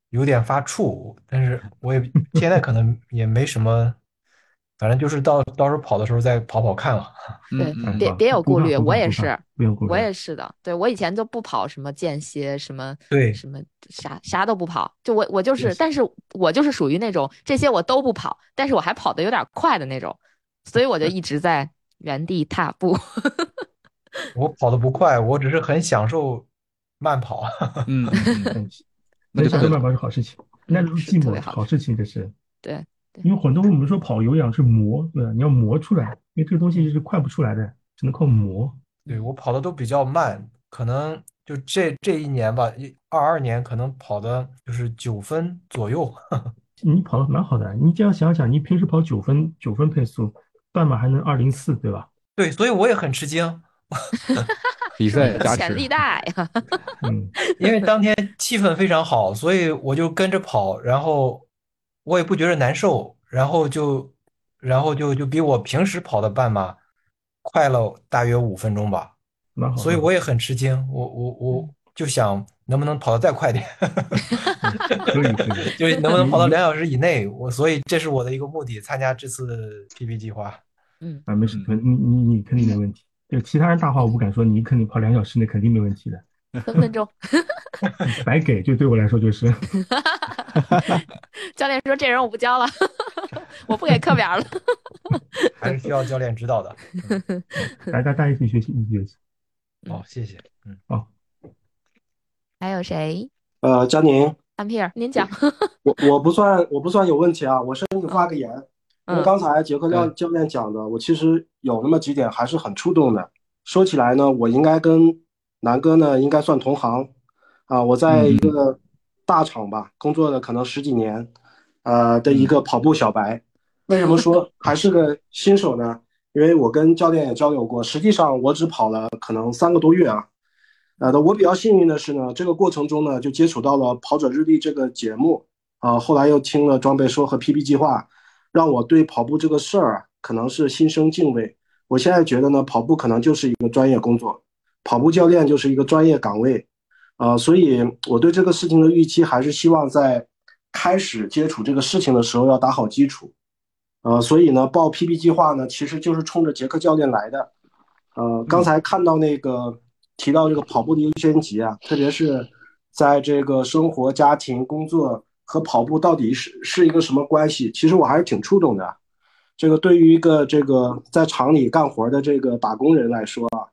[SPEAKER 9] 有点发怵，但是我也现在可能也没什么反正就是到到时候跑的时候再跑跑看了。
[SPEAKER 2] 对
[SPEAKER 9] 嗯，
[SPEAKER 2] 别别有顾虑，我也是，
[SPEAKER 3] 不用顾虑
[SPEAKER 2] 我也是的。对我以前就不跑什么间歇，什么
[SPEAKER 9] 对
[SPEAKER 2] 什么啥啥都不跑，就我我就是，但是我就是属于那种这些我都不跑，但是我还跑得有点快的那种，所以我就一直在原地踏步。
[SPEAKER 9] 我跑的不快，我只是很享受慢跑。 [LAUGHS]
[SPEAKER 1] 嗯，
[SPEAKER 3] 那
[SPEAKER 9] 那就
[SPEAKER 3] 享
[SPEAKER 9] 对
[SPEAKER 3] 受
[SPEAKER 9] 了
[SPEAKER 3] 慢跑是好事情，那种寂
[SPEAKER 2] 嗯特
[SPEAKER 3] 寞
[SPEAKER 2] 别好
[SPEAKER 3] 好事情，这是。
[SPEAKER 2] 对，
[SPEAKER 3] 因为很多我们说跑有氧是磨，对吧？你要磨出来，因为这个东西是快不出来的，只能靠磨。
[SPEAKER 9] 对，我跑的都比较慢，可能就这这一年吧，一二二年可能跑的就是九分左右。 [LAUGHS]
[SPEAKER 3] 你跑的蛮好的，你这样想想，你平时跑九分九分配速，半马还能二零四，对吧？
[SPEAKER 9] 对，所以我也很吃惊， [LAUGHS]
[SPEAKER 1] 比赛
[SPEAKER 2] [LAUGHS]
[SPEAKER 1] 加
[SPEAKER 2] 潜力
[SPEAKER 1] 持，
[SPEAKER 2] 大呀，
[SPEAKER 9] 因为当天气氛非常好，所以我就跟着跑，然后我也不觉得难受，然后就然后就就比我平时跑的半马快了大约五分钟吧，
[SPEAKER 3] 蛮好的。
[SPEAKER 9] 所以我也很吃惊，我我我就想能不能跑得再快点。
[SPEAKER 3] 可以可以，
[SPEAKER 9] 就是能不能跑到
[SPEAKER 3] 你
[SPEAKER 9] 两小时以内？我所以这是我的一个目的，参加这次 PB 计划。
[SPEAKER 2] 嗯，
[SPEAKER 3] 啊，没事，你你你肯定没问
[SPEAKER 2] [LAUGHS]
[SPEAKER 3] 题。就其他人大话我不敢说，你肯定跑两小时那肯定没问题的，
[SPEAKER 2] 分分钟。
[SPEAKER 3] 白给就对我来
[SPEAKER 2] [LAUGHS]
[SPEAKER 3] 说就是。
[SPEAKER 2] 教练说这人我不教了， [LAUGHS] 我不给课表了。 [LAUGHS]
[SPEAKER 9] 还是需要教练指导的。
[SPEAKER 3] 来，大家一起学习，一起学习。
[SPEAKER 9] 好、谢谢。嗯，
[SPEAKER 2] 还有谁？
[SPEAKER 10] [LAUGHS] 呃，佳宁，
[SPEAKER 2] 安皮尔，您讲。
[SPEAKER 10] 我我不算我不算有问题啊，我申请发个言。
[SPEAKER 2] 嗯
[SPEAKER 10] 因为刚才杰克教教练讲的，我其实有那么几点还是很触动的。说起来呢，我应该跟南哥呢应该算同行啊，我在一个大厂吧、工作了可能十几年，呃的一个跑步小白。为什么说还是个新手呢？因为我跟教练也交流过，实际上我只跑了可能三个多月啊，呃，但我比较幸运的是呢，这个过程中呢，就接触到了《跑者日历》这个节目啊、后来又听了装备说和 PB 计划，让我对跑步这个事儿啊，可能是心生敬畏。我现在觉得呢，跑步可能就是一个专业工作，跑步教练就是一个专业岗位，啊、所以我对这个事情的预期还是希望在开始接触这个事情的时候要打好基础，呃，所以呢，报 PB 计划呢，其实就是冲着杰克教练来的，呃，刚才看到那个提到这个跑步的优先级啊，特别是在这个生活、家庭、工作和跑步到底是是一个什么关系？其实我还是挺触动的。啊这个对于一个这个在厂里干活的这个打工人来说啊，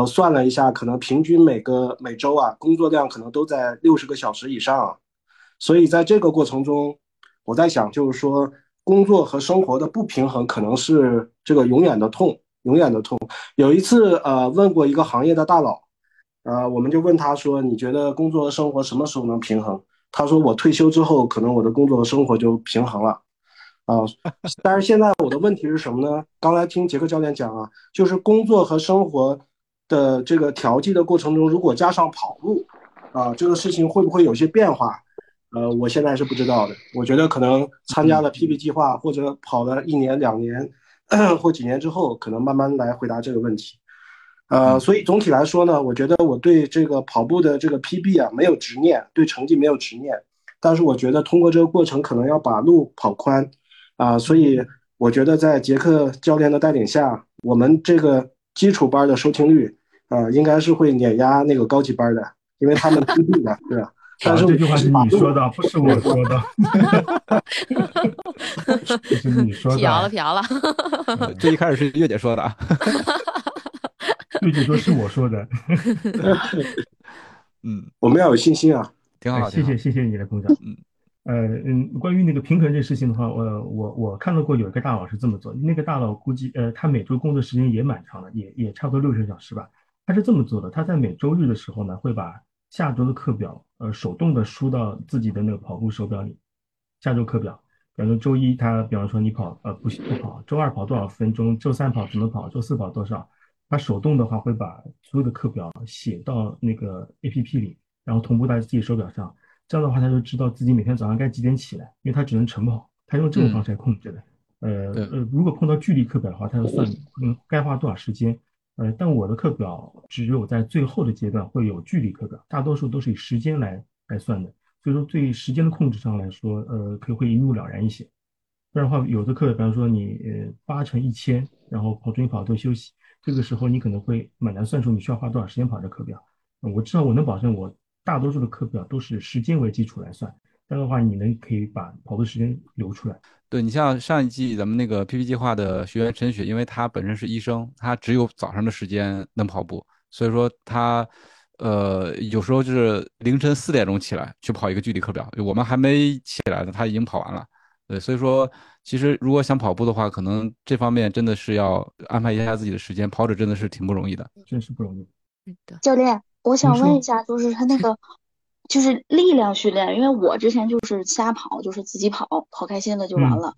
[SPEAKER 10] 呃，算了一下，可能平均每个每周啊工作量可能都在六十个小时以上啊、所以在这个过程中，我在想，就是说工作和生活的不平衡可能是这个永远的痛，永远的痛。有一次，呃，问过一个行业的大佬，呃，我们就问他说，你觉得工作和生活什么时候能平衡？他说，我退休之后，可能我的工作和生活就平衡了。啊、但是现在我的问题是什么呢？刚才听杰克教练讲啊，就是工作和生活的这个调剂的过程中，如果加上跑步，啊、这个事情会不会有些变化？呃，我现在是不知道的。我觉得可能参加了 PB 计划，或者跑了一年、两年 [CLEARS THROAT] 或几年之后，可能慢慢来回答这个问题。
[SPEAKER 3] 嗯
[SPEAKER 10] 呃，所以总体来说呢，我觉得我对这个跑步的这个 PB 啊没有执念，对成绩没有执念，但是我觉得通过这个过程，可能要把路跑宽
[SPEAKER 3] 嗯
[SPEAKER 10] 啊、所以我觉得在杰克教练的带领下，我们这个基础班的收听率啊、应该是会碾压那个高级班的，因为他们 PB 的，对吧？但
[SPEAKER 3] [LAUGHS]
[SPEAKER 10] 是
[SPEAKER 3] 啊
[SPEAKER 10] 我
[SPEAKER 3] 这句话是
[SPEAKER 10] 把
[SPEAKER 3] 你
[SPEAKER 10] 路
[SPEAKER 3] 说的，不是我说
[SPEAKER 1] [LAUGHS]
[SPEAKER 3] 的。这是你
[SPEAKER 2] [LAUGHS]
[SPEAKER 3] 说
[SPEAKER 2] 辟
[SPEAKER 1] [LAUGHS]
[SPEAKER 2] 谣了，
[SPEAKER 3] 的，
[SPEAKER 2] 辟谣了。
[SPEAKER 1] 这一开始是月姐说的啊。
[SPEAKER 3] [LAUGHS] 对姐说是我说的。
[SPEAKER 1] 嗯，
[SPEAKER 10] 我们要有信心啊！
[SPEAKER 1] [LAUGHS] 挺好，
[SPEAKER 3] 哎谢
[SPEAKER 1] 挺好
[SPEAKER 3] 谢谢谢你的鼓掌。
[SPEAKER 1] 嗯，
[SPEAKER 3] 呃嗯，关于那个平衡这事情的话，我我我看到过有一个大佬是这么做，那个大佬估计呃他每周工作时间也蛮长的，也也差不多六十个小时吧。他是这么做的，他在每周日的时候呢，会把下周的课表呃手动的输到自己的那个跑步手表里，下周课表。比方说周一他，比方说你跑呃不不跑，周二跑多少分钟，周三跑怎么跑，周四跑多少，他手动的话会把所有的课表写到那个 A P P 里，然后同步在自己手表上。这样的话，他就知道自己每天早上该几点起来，因为他只能晨跑，他用这种方式来控制的。呃呃，如果碰到距离课表的话，他就算嗯该花多少时间。呃，但我的课表只有在最后的阶段会有距离课表，大多数都是以时间来来算的，所以说对时间的控制上来说，呃，可以会一目了然一些。不然的话，有的课，比方说你呃八乘一千，然后跑中跑都休息，这个时候你可能会蛮难算出你需要花多少时间跑这课表。嗯我至少我能保证，我大多数的课表都是时间为基础来算。这样的话，你能可以把跑步时间留出来。
[SPEAKER 1] 对你像上一季咱们那个 PP 计划的学员陈雪，因为她本身是医生，她只有早上的时间能跑步，所以说她呃有时候就是凌晨四点钟起来去跑一个距离课表，我们还没起来呢，她已经跑完了。对，所以说其实如果想跑步的话，可能这方面真的是要安排一下自己的时间，跑者真的是挺不容易的。
[SPEAKER 3] 真是不容易。
[SPEAKER 5] 教练，我想
[SPEAKER 3] 您说
[SPEAKER 5] 问一下，就是他那个就是力量训练，因为我之前就是瞎跑，就是自己跑，跑开心了就完
[SPEAKER 3] 嗯
[SPEAKER 5] 了，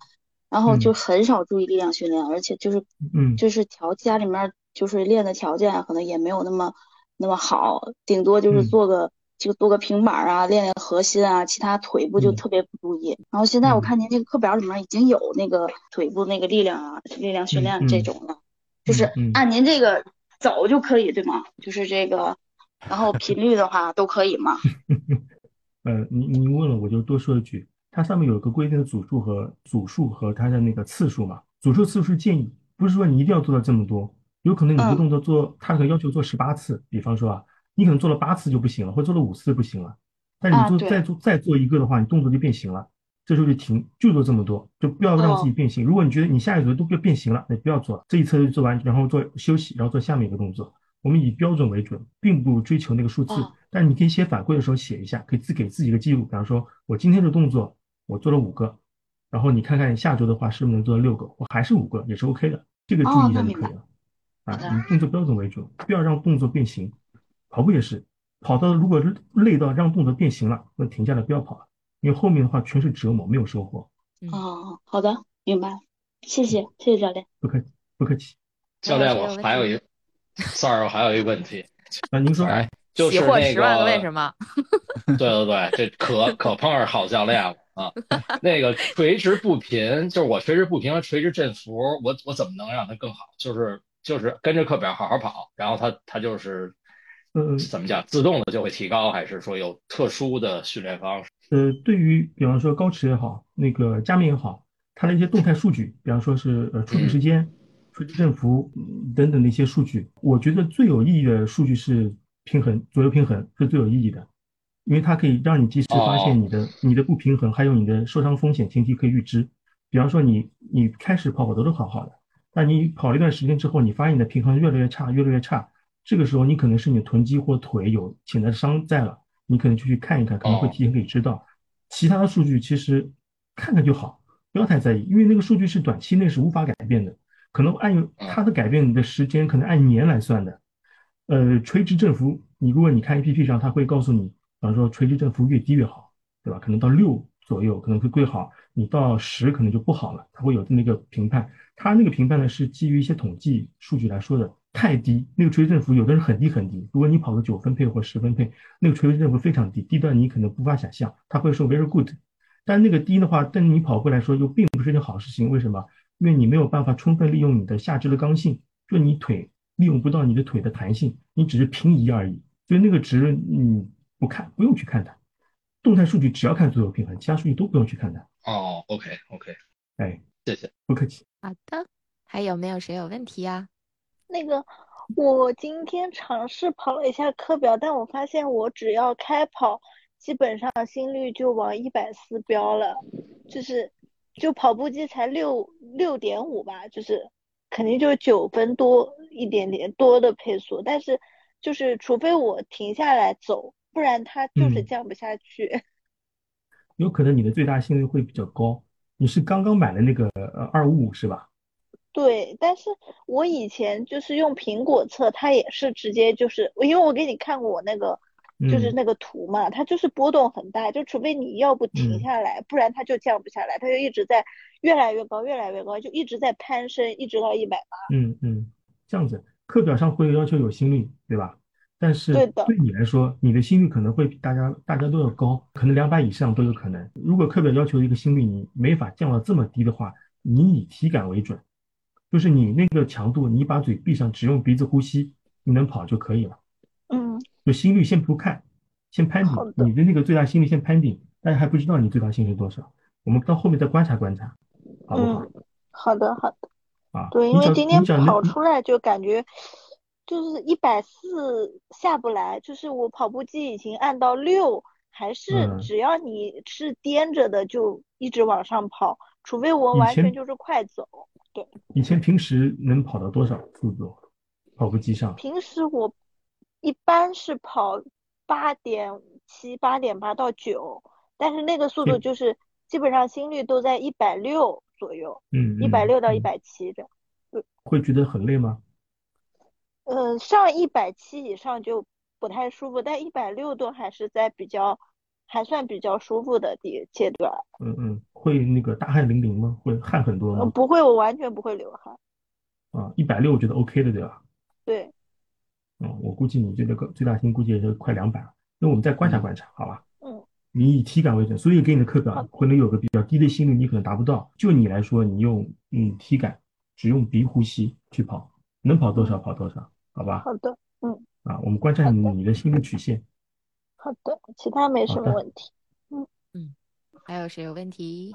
[SPEAKER 5] 然后就
[SPEAKER 3] 嗯
[SPEAKER 5] 很少注意力量训练，而且就是
[SPEAKER 3] 嗯
[SPEAKER 5] 就是条家里面儿就是练的条件啊可能也没有那么那么好，顶多就是
[SPEAKER 3] 嗯
[SPEAKER 5] 做个就做个平板儿啊，练练核心啊，其他腿部就
[SPEAKER 3] 嗯
[SPEAKER 5] 特别不注意。然后现在我看您这个课表里面已经有那个腿部那个力量啊、力量训
[SPEAKER 3] 嗯
[SPEAKER 5] 练这
[SPEAKER 3] 嗯
[SPEAKER 5] 种的， [LAUGHS] 就是
[SPEAKER 3] 嗯嗯
[SPEAKER 5] 按您这个走就可以对吗？就是这个，然后频率的话都可以吗？
[SPEAKER 3] 呃，您您问了，我就多说一句，它上面有一个规定的组数和组数和它的那个次数嘛，组数次数是建议，不是说你一定要做到这么多，有可能你一个
[SPEAKER 5] 嗯
[SPEAKER 3] 动作做，它可能要求做十八次，比方说啊，你可能做了八次就不行了，或者做了五次就不行了，但你
[SPEAKER 5] 啊，
[SPEAKER 3] 做
[SPEAKER 5] 对，
[SPEAKER 3] 再做再做一个的话，你动作就变形了，这时候就停，就做这么多，就不要让自己变形。如果你觉得你下一组都变变形了，那不要做了，这一侧就做完，然后做休息，然后做下面一个动作。我们以标准为准，并不追求那个数字。
[SPEAKER 5] 哦
[SPEAKER 3] 但你可以写反馈的时候写一下，可以自给自己一个记录。比方说，我今天的动作我做了五个，然后你看看下周的话是不是能做到六个，我还是五个也是 OK 的。这个注
[SPEAKER 5] 哦
[SPEAKER 3] 意
[SPEAKER 5] 那
[SPEAKER 3] 一下就
[SPEAKER 5] 明
[SPEAKER 3] 可
[SPEAKER 5] 白
[SPEAKER 3] 以了。啊，以动作标准为准，不要让动作变形。跑步也是，跑到如果累到让动作变形了，那停下来不要跑了，因为后面的话全是折磨，没有收获。
[SPEAKER 5] 哦，好的，明白了，谢谢，谢谢教练。
[SPEAKER 3] 不客气，不客气。
[SPEAKER 6] 教练，我还有一，sorry，我还有一个问题，
[SPEAKER 3] 啊，您说，
[SPEAKER 6] 就是
[SPEAKER 2] 喜获
[SPEAKER 6] 那
[SPEAKER 2] 十万个为
[SPEAKER 6] 个
[SPEAKER 2] 什么？
[SPEAKER 6] 对对对，这可可碰上好教练了啊！
[SPEAKER 3] [LAUGHS]
[SPEAKER 6] 那个垂直步频，就是我垂直步频和垂直振幅，我我怎么能让它更好？就是就是跟着课表好好跑，然后它它就是
[SPEAKER 3] 嗯，
[SPEAKER 6] 怎么讲，自动的就会提高，还是说有特殊的训练方式？
[SPEAKER 3] 呃，对于比方说高驰也好，那个佳明也好，它的一些动态数据，比方说是呃出局时间、出局振幅、嗯等等的一些数据，我觉得最有意义的数据是平衡左右平衡是最有意义的，因为它可以让你及时发现你的你的不平衡，还有你的受伤风险前提可以预知。比方说你你开始跑跑得都好好的，但你跑了一段时间之后，你发现你的平衡越来越差，越来越差，这个时候你可能是你的臀肌或腿有潜在的伤在了，你可能就去看一看，可能会提前可以知道。其他的数据其实看看就好，不要太在意，因为那个数据是短期内是无法改变的，可能按它的改变的时间可能按年来算的。呃，垂直振幅，你如果你看 APP 上，它会告诉你，比方说垂直振幅越低越好，对吧？可能到六左右可能会最好，你到十可能就不好了，它会有那个评判。它那个评判呢是基于一些统计数据来说的，太低，那个垂直振幅有的是很低很低，如果你跑个九分配或十分配，那个垂直振幅非常低，低到你可能无法想象，它会说 very good。但那个低的话，对你跑步来说又并不是一件好事情，为什么？因为你没有办法充分利用你的下肢的刚性，就你腿利用不到你的腿的弹性，你只是平移而已。所以那个值你不看，不用去看它。动态数据只要看左右平衡，其他数据都不用去看它。
[SPEAKER 6] 哦，OK OK，
[SPEAKER 3] 哎，
[SPEAKER 6] 谢谢。
[SPEAKER 3] 不客气。
[SPEAKER 2] [LAUGHS] 好的，还有没有谁有问题啊呀、
[SPEAKER 11] 那个，我今天尝试跑了一下课表，但我发现我只要开跑，基本上心率就往一百四飙了，就是就跑步机才六六点五吧，就是肯定就是九分多一点点多的配速，但是就是除非我停下来走，不然它就是
[SPEAKER 3] 嗯
[SPEAKER 11] 降不下去。
[SPEAKER 3] 有可能你的最大心率会比较高。你是刚刚买的那个呃二五五是吧？
[SPEAKER 11] 对，但是我以前就是用苹果测，它也是直接就是，因为我给你看过我那个，就是
[SPEAKER 3] 嗯
[SPEAKER 11] 那个图嘛，它就是波动很大，就除非你要不停
[SPEAKER 3] 嗯
[SPEAKER 11] 下来，不然它就降不下来，它就一直在越来越高，越来越高，就一直在攀升，一直到一百八。
[SPEAKER 3] 嗯嗯，这样子，课表上会要求有心率，对吧？但是
[SPEAKER 11] 对的
[SPEAKER 3] 对你来说，你的心率可能会比大家大家都要高，可能两百以上都有可能。如果课表要求一个心率你没法降到这么低的话，你以体感为准，就是你那个强度，你把嘴闭上，只用鼻子呼吸，你能跑就可以了。
[SPEAKER 11] 嗯，
[SPEAKER 3] 就心率先不看，先攀顶，你的那个最大心率先攀顶，大家还不知道你最大心率是多少，我们到后面再观察观察。好不好？
[SPEAKER 11] 嗯，好的好的。
[SPEAKER 3] 啊，
[SPEAKER 11] 对，因
[SPEAKER 3] 你
[SPEAKER 11] 为
[SPEAKER 3] 讲
[SPEAKER 11] 今天
[SPEAKER 3] 你讲那
[SPEAKER 11] 跑出来就感觉就是一百四下不来，就是我跑步机已经按到六，还是
[SPEAKER 3] 嗯
[SPEAKER 11] 只要你是颠着的就一直往上跑，除非我
[SPEAKER 3] 以
[SPEAKER 11] 完全
[SPEAKER 3] 前
[SPEAKER 11] 就是快走。对，
[SPEAKER 3] 以前平时能跑到多少速度？跑步机上
[SPEAKER 11] 平时我一般是跑八点七、八点八到九，但是那个速度
[SPEAKER 3] 嗯
[SPEAKER 11] 就是基本上心率都在一百六左右，
[SPEAKER 3] 嗯
[SPEAKER 11] 一百
[SPEAKER 3] 嗯
[SPEAKER 11] 六到一
[SPEAKER 3] 嗯
[SPEAKER 11] 百七这样。对。
[SPEAKER 3] 会觉得很累吗？
[SPEAKER 11] 呃，上一百七以上就不太舒服，但一百六都还是在比较，还算比较舒服的地阶段。
[SPEAKER 3] 嗯嗯，会那个大汗淋漓吗？会汗很多
[SPEAKER 11] 呃，
[SPEAKER 3] 吗？
[SPEAKER 11] 不会，我完全不会流汗。嗯
[SPEAKER 3] 啊，一百六我觉得 OK 的，对吧？
[SPEAKER 11] 对，
[SPEAKER 3] 嗯，我估计你这个个最大心估计也就快两百了。那我们再观察观察，好吧？
[SPEAKER 11] 嗯，
[SPEAKER 3] 你以体感为准，所以给你的课
[SPEAKER 11] 好
[SPEAKER 3] 表
[SPEAKER 11] 的
[SPEAKER 3] 可能有个比较低的心率，你可能达不到。就你来说，你用嗯体感，只用鼻呼吸去跑，能跑多少
[SPEAKER 11] 嗯，
[SPEAKER 3] 跑多少，好吧？
[SPEAKER 11] 好的，嗯，
[SPEAKER 3] 啊，我们观察你你的心率曲线。
[SPEAKER 11] 好的，其他没
[SPEAKER 3] 好
[SPEAKER 11] 什么
[SPEAKER 3] 的，
[SPEAKER 11] 问题。嗯，
[SPEAKER 2] 还有谁有问题？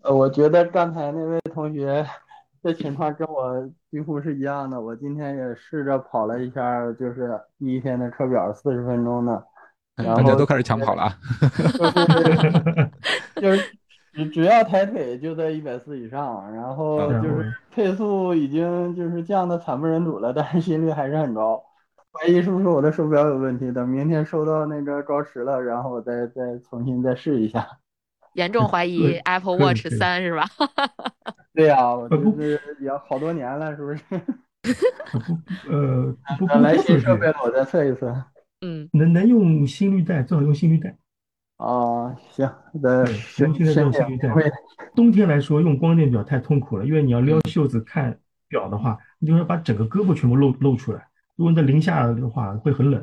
[SPEAKER 12] 呃，我觉得刚才那位同学 [LAUGHS] 的情况跟我几乎是一样的。我今天也试着跑了一下儿，就是第一天的课表四十分钟的，
[SPEAKER 1] 哎
[SPEAKER 12] 然
[SPEAKER 1] 大家
[SPEAKER 12] 后
[SPEAKER 1] 都开始抢跑了啊！
[SPEAKER 12] [LAUGHS] 就是只只要抬腿就在一百四以上，然后
[SPEAKER 3] 然
[SPEAKER 12] 就
[SPEAKER 3] 后
[SPEAKER 12] 是配速已经就是降的惨不忍睹了，但是心率还是很高。怀疑是不是我的手表有问题？等明天收到那个标识了，然后我再再重新再试一下。
[SPEAKER 2] 严重怀疑
[SPEAKER 3] 嗯对
[SPEAKER 2] Apple
[SPEAKER 3] 可以
[SPEAKER 2] Watch
[SPEAKER 3] 可以。
[SPEAKER 2] 三是吧？
[SPEAKER 12] 对呀、我
[SPEAKER 3] 呃
[SPEAKER 12] 就
[SPEAKER 3] 不
[SPEAKER 12] 是也好多年了，是不是？
[SPEAKER 3] 呃不
[SPEAKER 12] 等
[SPEAKER 3] 不
[SPEAKER 12] [LAUGHS] 来
[SPEAKER 3] 不
[SPEAKER 12] 新
[SPEAKER 3] 测
[SPEAKER 12] 设
[SPEAKER 3] 试，
[SPEAKER 12] 备了，我再测一测。
[SPEAKER 2] 嗯，
[SPEAKER 3] 能能用心率带，最好用心率带。
[SPEAKER 12] 哦，行，再
[SPEAKER 3] 对，
[SPEAKER 12] 申
[SPEAKER 3] 用现在这
[SPEAKER 12] 申
[SPEAKER 3] 种
[SPEAKER 12] 请
[SPEAKER 3] 心率
[SPEAKER 12] 不
[SPEAKER 3] 带，
[SPEAKER 12] 会。
[SPEAKER 3] 冬天来说用光电表太痛苦了，因为你要撩袖子看表的话，啊你就要把整个胳膊全部露露出来。如果你在零下的话，会很冷。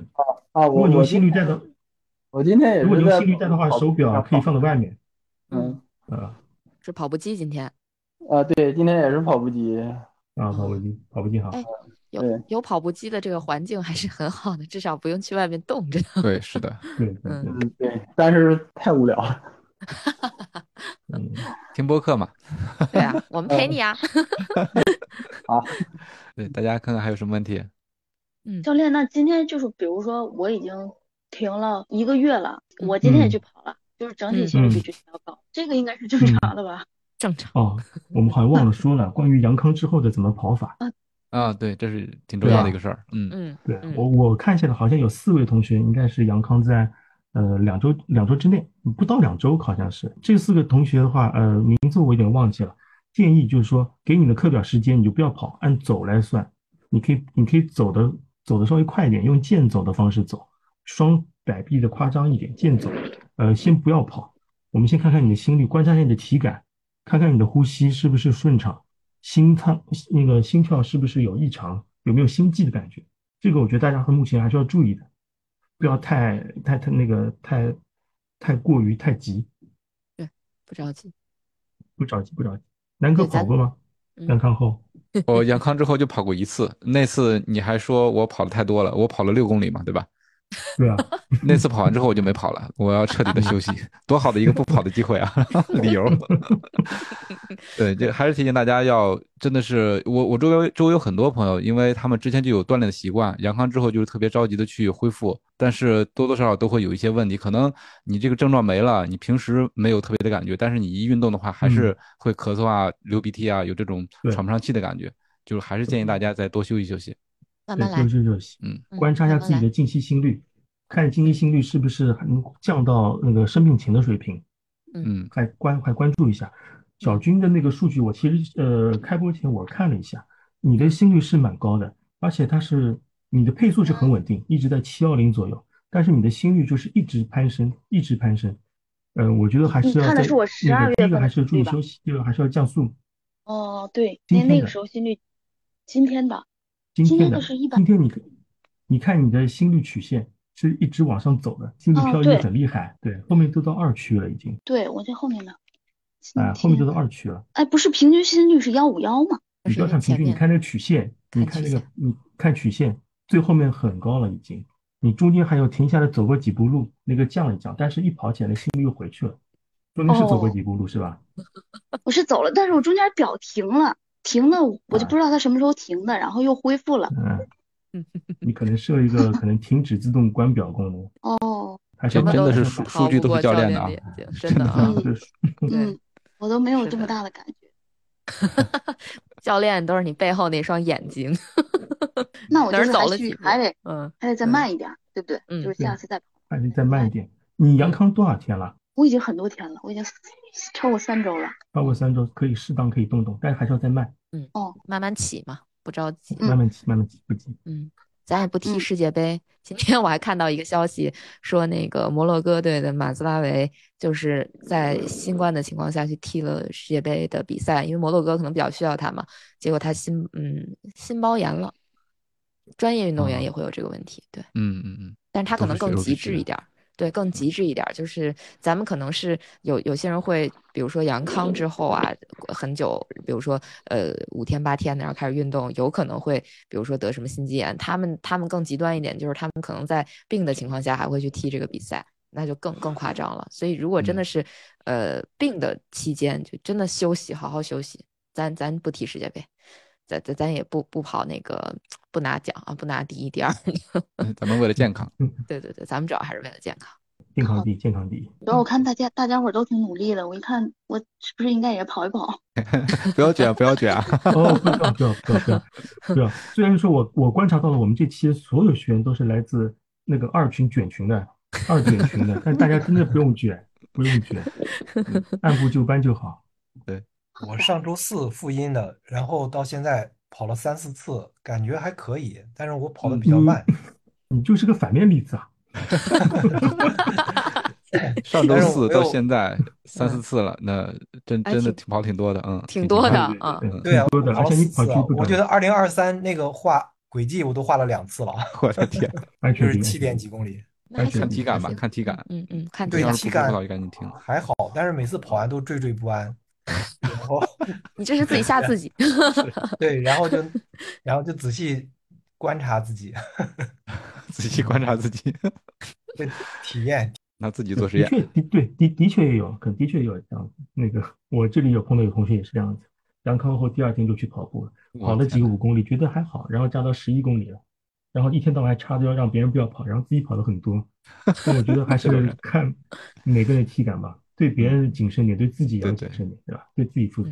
[SPEAKER 12] 啊，
[SPEAKER 3] 如
[SPEAKER 12] 我
[SPEAKER 3] 果你用
[SPEAKER 12] 我今
[SPEAKER 3] 心率带的，
[SPEAKER 12] 我今天也
[SPEAKER 3] 如果
[SPEAKER 12] 是
[SPEAKER 3] 你用
[SPEAKER 12] 在
[SPEAKER 3] 心率
[SPEAKER 12] 跑
[SPEAKER 3] 带的话，
[SPEAKER 12] 跑
[SPEAKER 3] 手
[SPEAKER 12] 步机
[SPEAKER 3] 表
[SPEAKER 12] 上
[SPEAKER 3] 可以
[SPEAKER 12] 跑
[SPEAKER 3] 放
[SPEAKER 12] 的。
[SPEAKER 3] 在外面。
[SPEAKER 12] 嗯，
[SPEAKER 3] 呃
[SPEAKER 2] [LAUGHS] 是跑步机今天
[SPEAKER 12] 啊，对，今天也是跑步机。
[SPEAKER 3] 啊，跑步
[SPEAKER 2] 啊，
[SPEAKER 3] 机，跑步机好。
[SPEAKER 2] 哎，有
[SPEAKER 12] 对
[SPEAKER 2] 有跑步机的这个环境还是很好的，至少不用去外面冻着。
[SPEAKER 1] 对，是的，
[SPEAKER 3] 对对
[SPEAKER 2] 嗯，
[SPEAKER 3] 对，
[SPEAKER 12] 嗯，对，但是太无聊
[SPEAKER 2] [LAUGHS]
[SPEAKER 12] 了。
[SPEAKER 3] 嗯，
[SPEAKER 1] 听播客嘛，
[SPEAKER 2] 对啊，我们陪你
[SPEAKER 12] 嗯，
[SPEAKER 2] 啊。
[SPEAKER 12] [LAUGHS] 好，
[SPEAKER 1] 对，大家看看还有什么问题？
[SPEAKER 2] 嗯
[SPEAKER 5] 教练，那今天就是比如说我已经停了一个月了，
[SPEAKER 2] 嗯
[SPEAKER 5] 我今天也去
[SPEAKER 3] 嗯
[SPEAKER 5] 跑了，就是整体
[SPEAKER 2] 嗯，
[SPEAKER 5] 心率比
[SPEAKER 3] 嗯
[SPEAKER 5] 之前要高，这个应该是正
[SPEAKER 3] 嗯，
[SPEAKER 5] 常的吧？
[SPEAKER 2] 正常。
[SPEAKER 3] 哦，我们好像忘了说了关于阳康之后的怎么跑
[SPEAKER 2] [LAUGHS]
[SPEAKER 3] 法，
[SPEAKER 5] 啊，
[SPEAKER 1] 啊，对，这是挺重
[SPEAKER 3] 对啊
[SPEAKER 1] 要的一
[SPEAKER 3] 吧？
[SPEAKER 1] 个事儿。嗯，
[SPEAKER 2] 嗯
[SPEAKER 3] 对，
[SPEAKER 2] 嗯
[SPEAKER 3] 我我看下来好像有四位同学应该是阳康在呃两周两周之内，不到两周好像是。这四个同学的话，呃，名字我有点忘记了。建议就是说，给你的课表时间你就不要跑，按走来算，你可以你可以走的走的稍微快一点，用健走的方式走，双摆臂的夸张一点，健走。呃，先不要跑，我们先看看你的心率，观察一下你的体感，看看你的呼吸是不是顺畅，心跳那个心跳是不是有异常，有没有心悸的感觉。这个我觉得大家目前还是要注意的，不要
[SPEAKER 2] 嗯，
[SPEAKER 3] 太太太那个太太过于太急，
[SPEAKER 2] 对，不着急。
[SPEAKER 3] 不着急不着急。南哥
[SPEAKER 2] 对，
[SPEAKER 3] 跑
[SPEAKER 2] 咱
[SPEAKER 3] 过吗？
[SPEAKER 2] 嗯
[SPEAKER 3] 南康后
[SPEAKER 1] 我阳康之后就跑过一次，那次你还说我跑的太多了，我跑了六公里嘛，对吧？
[SPEAKER 3] 对啊，
[SPEAKER 1] 那次跑完之后我就没跑了，我要彻底的休息。多好的一个不跑的机会啊， [LAUGHS] 理由。对，这还是提醒大家要真的是我我周围周围有很多朋友，因为他们之前就有锻炼的习惯，阳康之后就是特别着急的去恢复，但是多多少少都会有一些问题。可能你这个症状没了，你平时没有特别的感觉，但是你一运动的话，还
[SPEAKER 3] 嗯，
[SPEAKER 1] 是会咳嗽啊、流鼻涕啊，有这种
[SPEAKER 3] 对
[SPEAKER 1] 喘不上气的感觉。就是还是
[SPEAKER 3] 对
[SPEAKER 1] 建议大家再多休息休息。
[SPEAKER 2] 慢
[SPEAKER 3] 对，
[SPEAKER 2] 慢
[SPEAKER 3] 多
[SPEAKER 2] 来，
[SPEAKER 3] 休息休息，
[SPEAKER 1] 嗯，
[SPEAKER 2] 嗯，
[SPEAKER 3] 观察一
[SPEAKER 2] 慢
[SPEAKER 3] 下
[SPEAKER 2] 慢
[SPEAKER 3] 自己
[SPEAKER 2] 来，
[SPEAKER 3] 的静息心率，看静息心率是不是还能降到那个生病前的水平，
[SPEAKER 2] 嗯
[SPEAKER 1] 嗯
[SPEAKER 3] 还关还关注一下。小
[SPEAKER 2] 嗯
[SPEAKER 3] 军的那个数据，我其实呃开播前我看了一下，你的心率是蛮高的，而且它是你的配速是很稳定，一直在七幺零左右，但是你的心率就是一直攀升，一直攀升。呃，我觉得还
[SPEAKER 5] 你
[SPEAKER 3] 是要
[SPEAKER 5] 看的是
[SPEAKER 3] 在
[SPEAKER 5] 我十
[SPEAKER 3] 那个
[SPEAKER 5] 二月
[SPEAKER 3] 第一个
[SPEAKER 5] 份
[SPEAKER 3] 还
[SPEAKER 5] 的
[SPEAKER 3] 是
[SPEAKER 5] 心
[SPEAKER 3] 要注
[SPEAKER 5] 率
[SPEAKER 3] 意
[SPEAKER 5] 吧？
[SPEAKER 3] 休息，第二个还是要降速。
[SPEAKER 5] [LAUGHS] 哦，对，
[SPEAKER 3] 今
[SPEAKER 5] 那那
[SPEAKER 3] 天
[SPEAKER 5] 个
[SPEAKER 3] 的
[SPEAKER 5] 时候心率，今天吧，
[SPEAKER 3] 今
[SPEAKER 5] 今
[SPEAKER 3] 天
[SPEAKER 5] 天就
[SPEAKER 3] 的
[SPEAKER 5] 是一百。
[SPEAKER 3] 今天你可，你看你的心率曲线是一直往上走的，心率
[SPEAKER 5] 哦，
[SPEAKER 3] 漂移的
[SPEAKER 5] 对
[SPEAKER 3] 很厉害，对，后面都到二区了已经，
[SPEAKER 5] 对，我在后面呢。今
[SPEAKER 3] 哎，后面都
[SPEAKER 5] 天，
[SPEAKER 3] 到二区了。
[SPEAKER 5] 哎，不是平均心率是幺五幺吗？
[SPEAKER 2] 那
[SPEAKER 3] 你不
[SPEAKER 2] 是
[SPEAKER 3] 要
[SPEAKER 2] 你
[SPEAKER 3] 看平
[SPEAKER 2] 前
[SPEAKER 3] 均，你
[SPEAKER 2] 面
[SPEAKER 3] 看那个曲线，你
[SPEAKER 2] 看
[SPEAKER 3] 看
[SPEAKER 2] 曲
[SPEAKER 3] 那个，
[SPEAKER 2] 线，
[SPEAKER 3] 你看曲线，最后面很高了已经，你中间还有停下来走过几步路，那个降一降，但是一跑起来心率又回去了。说明是走过几步路、是吧？
[SPEAKER 5] 我是走了，但是我中间表停了，停了，我
[SPEAKER 3] 啊
[SPEAKER 5] 就不知道它什么时候停的，然后又恢复了。
[SPEAKER 3] 嗯，你可能设一个可能停止自动关表功能，
[SPEAKER 5] 哦，
[SPEAKER 3] 它
[SPEAKER 1] 这
[SPEAKER 3] 现在
[SPEAKER 1] 真的是数数据都是教练的啊，
[SPEAKER 2] 真的啊，
[SPEAKER 3] 是
[SPEAKER 5] 嗯，我都没有这么大的感觉。
[SPEAKER 2] [LAUGHS] 教练都是你背后那双眼睛。 [LAUGHS]
[SPEAKER 5] 那我
[SPEAKER 2] 哪
[SPEAKER 5] 就
[SPEAKER 2] 儿
[SPEAKER 5] 是
[SPEAKER 2] 走
[SPEAKER 5] 还
[SPEAKER 2] 了
[SPEAKER 5] 去
[SPEAKER 2] 几步
[SPEAKER 5] 还得，
[SPEAKER 2] 嗯，
[SPEAKER 5] 还得再慢一点，对不对？就是
[SPEAKER 3] 对
[SPEAKER 5] 下次再跑。
[SPEAKER 3] 还是再慢一点。你阳康多少天了？
[SPEAKER 5] 我已经很多天了，我已经超过三周了。
[SPEAKER 3] 超过三周可以适当可以动动，但是还是要再慢，
[SPEAKER 2] 嗯，
[SPEAKER 5] 哦，
[SPEAKER 2] 慢慢起嘛，不着急。
[SPEAKER 3] 慢慢骑，慢慢骑，不急。
[SPEAKER 2] 嗯，咱也不踢世界杯。今天我还看到一个消息，说那个摩洛哥队的马兹拉维就是在新冠的情况下去踢了世界杯的比赛，因为摩洛哥可能比较需要他嘛。结果他心嗯心包炎了，专业运动员也会有这个问题，对。
[SPEAKER 1] 嗯嗯嗯，
[SPEAKER 2] 但是他可
[SPEAKER 1] 都
[SPEAKER 2] 能
[SPEAKER 1] 是血
[SPEAKER 2] 更
[SPEAKER 1] 肉之
[SPEAKER 2] 极
[SPEAKER 1] 躯
[SPEAKER 2] 致一
[SPEAKER 1] 的
[SPEAKER 2] 点儿，对，更极致一点儿。就是咱们可能是有有些人会，比如说阳康之后啊，很久，比如说呃五天八天的，然后开始运动，有可能会比如说得什么心肌炎。他们他们更极端一点，就是他们可能在病的情况下还会去踢这个比赛，那就更更夸张了。所以如果真的是、呃病的期间，就真的休息，好好休息。咱咱不踢世界杯，咱咱咱也不不跑那个不拿奖啊，不拿第一第二。 [LAUGHS]
[SPEAKER 1] 咱们为了健康，
[SPEAKER 2] 对对对，咱们主要还是为了健康。
[SPEAKER 3] 嗯健康第一，健康第一。
[SPEAKER 5] 主要我看大家大家伙儿都挺努力的，我一看我是不是应该也跑一跑？
[SPEAKER 1] [LAUGHS] 不要卷，不要卷啊！
[SPEAKER 3] [LAUGHS] 哦，不要不要不要不要不要！啊虽然说我我观察到了，我们这期所有学员都是来自那个二群卷群的，二卷群的，但大家真的不用卷，不用卷，嗯按部就班就好。
[SPEAKER 9] 我上周四复阴的，然后到现在跑了三四次，感觉还可以，但是我跑
[SPEAKER 3] 嗯
[SPEAKER 9] 的比较慢。
[SPEAKER 3] 你就是个反面例子啊！
[SPEAKER 1] [LAUGHS] 上周
[SPEAKER 9] 但是我
[SPEAKER 1] 四
[SPEAKER 9] 没
[SPEAKER 1] 到
[SPEAKER 9] 有
[SPEAKER 1] 现在三四
[SPEAKER 9] 嗯
[SPEAKER 1] 次了，那真
[SPEAKER 9] 哎
[SPEAKER 1] 真的
[SPEAKER 9] 挺
[SPEAKER 1] 挺跑挺多的，嗯，
[SPEAKER 2] [LAUGHS] 挺多的
[SPEAKER 1] 勤
[SPEAKER 2] 啊
[SPEAKER 1] 快嗯，
[SPEAKER 9] 对啊，
[SPEAKER 3] 多
[SPEAKER 9] 我
[SPEAKER 3] 的
[SPEAKER 9] 跑
[SPEAKER 3] 而
[SPEAKER 9] 了
[SPEAKER 3] 且你
[SPEAKER 9] 四
[SPEAKER 3] 跑
[SPEAKER 9] 次
[SPEAKER 3] 距
[SPEAKER 9] 啊
[SPEAKER 3] 不
[SPEAKER 9] 我觉
[SPEAKER 3] 短
[SPEAKER 9] 得二零二三那个画轨迹我都画了两次
[SPEAKER 3] [LAUGHS]
[SPEAKER 9] 了，
[SPEAKER 1] 我的
[SPEAKER 9] [LAUGHS]
[SPEAKER 1] 天，
[SPEAKER 3] 安
[SPEAKER 9] 就
[SPEAKER 3] 全
[SPEAKER 9] 是
[SPEAKER 3] 第一，
[SPEAKER 9] 七点几公里。
[SPEAKER 2] 那还
[SPEAKER 1] 看
[SPEAKER 2] 行，
[SPEAKER 1] 体
[SPEAKER 2] 还
[SPEAKER 1] 感吧，
[SPEAKER 2] 行
[SPEAKER 1] 看体感，
[SPEAKER 2] 嗯
[SPEAKER 9] [LAUGHS]
[SPEAKER 2] 嗯，看
[SPEAKER 1] 你
[SPEAKER 9] 对
[SPEAKER 1] 要是
[SPEAKER 9] 体
[SPEAKER 1] 不舒服
[SPEAKER 9] 感
[SPEAKER 1] 了就赶紧停。
[SPEAKER 9] 还好，但是每次跑完都惴惴不
[SPEAKER 3] [LAUGHS]
[SPEAKER 9] 安，然后
[SPEAKER 2] 你这是自己吓自己。 [LAUGHS]
[SPEAKER 9] 对，然
[SPEAKER 3] [LAUGHS]
[SPEAKER 9] 后就然后就仔细观察自己， [LAUGHS]
[SPEAKER 1] 仔细观察自己，
[SPEAKER 9] 对，体验。
[SPEAKER 1] 拿自己
[SPEAKER 3] 对
[SPEAKER 1] 做实
[SPEAKER 3] 的
[SPEAKER 1] 验。
[SPEAKER 3] 确的对的的确也有，可的确也有这样子。那个我这里有碰到有同学也是这样子，阳康后第二天就去跑步了，
[SPEAKER 1] 我
[SPEAKER 3] 跑了
[SPEAKER 1] 天
[SPEAKER 3] 几个五公里，觉得还好，然后加到十一公里了，然后一天到晚还插着腰让别人不要跑，然后自己跑的很多。但我觉得
[SPEAKER 1] [LAUGHS]
[SPEAKER 3] 还
[SPEAKER 1] 这种
[SPEAKER 3] 是
[SPEAKER 1] 人
[SPEAKER 3] 看每个人的体感吧，对别人谨慎点，对自己也要
[SPEAKER 1] 嗯对对
[SPEAKER 3] 谨慎点，对吧？对自己负责。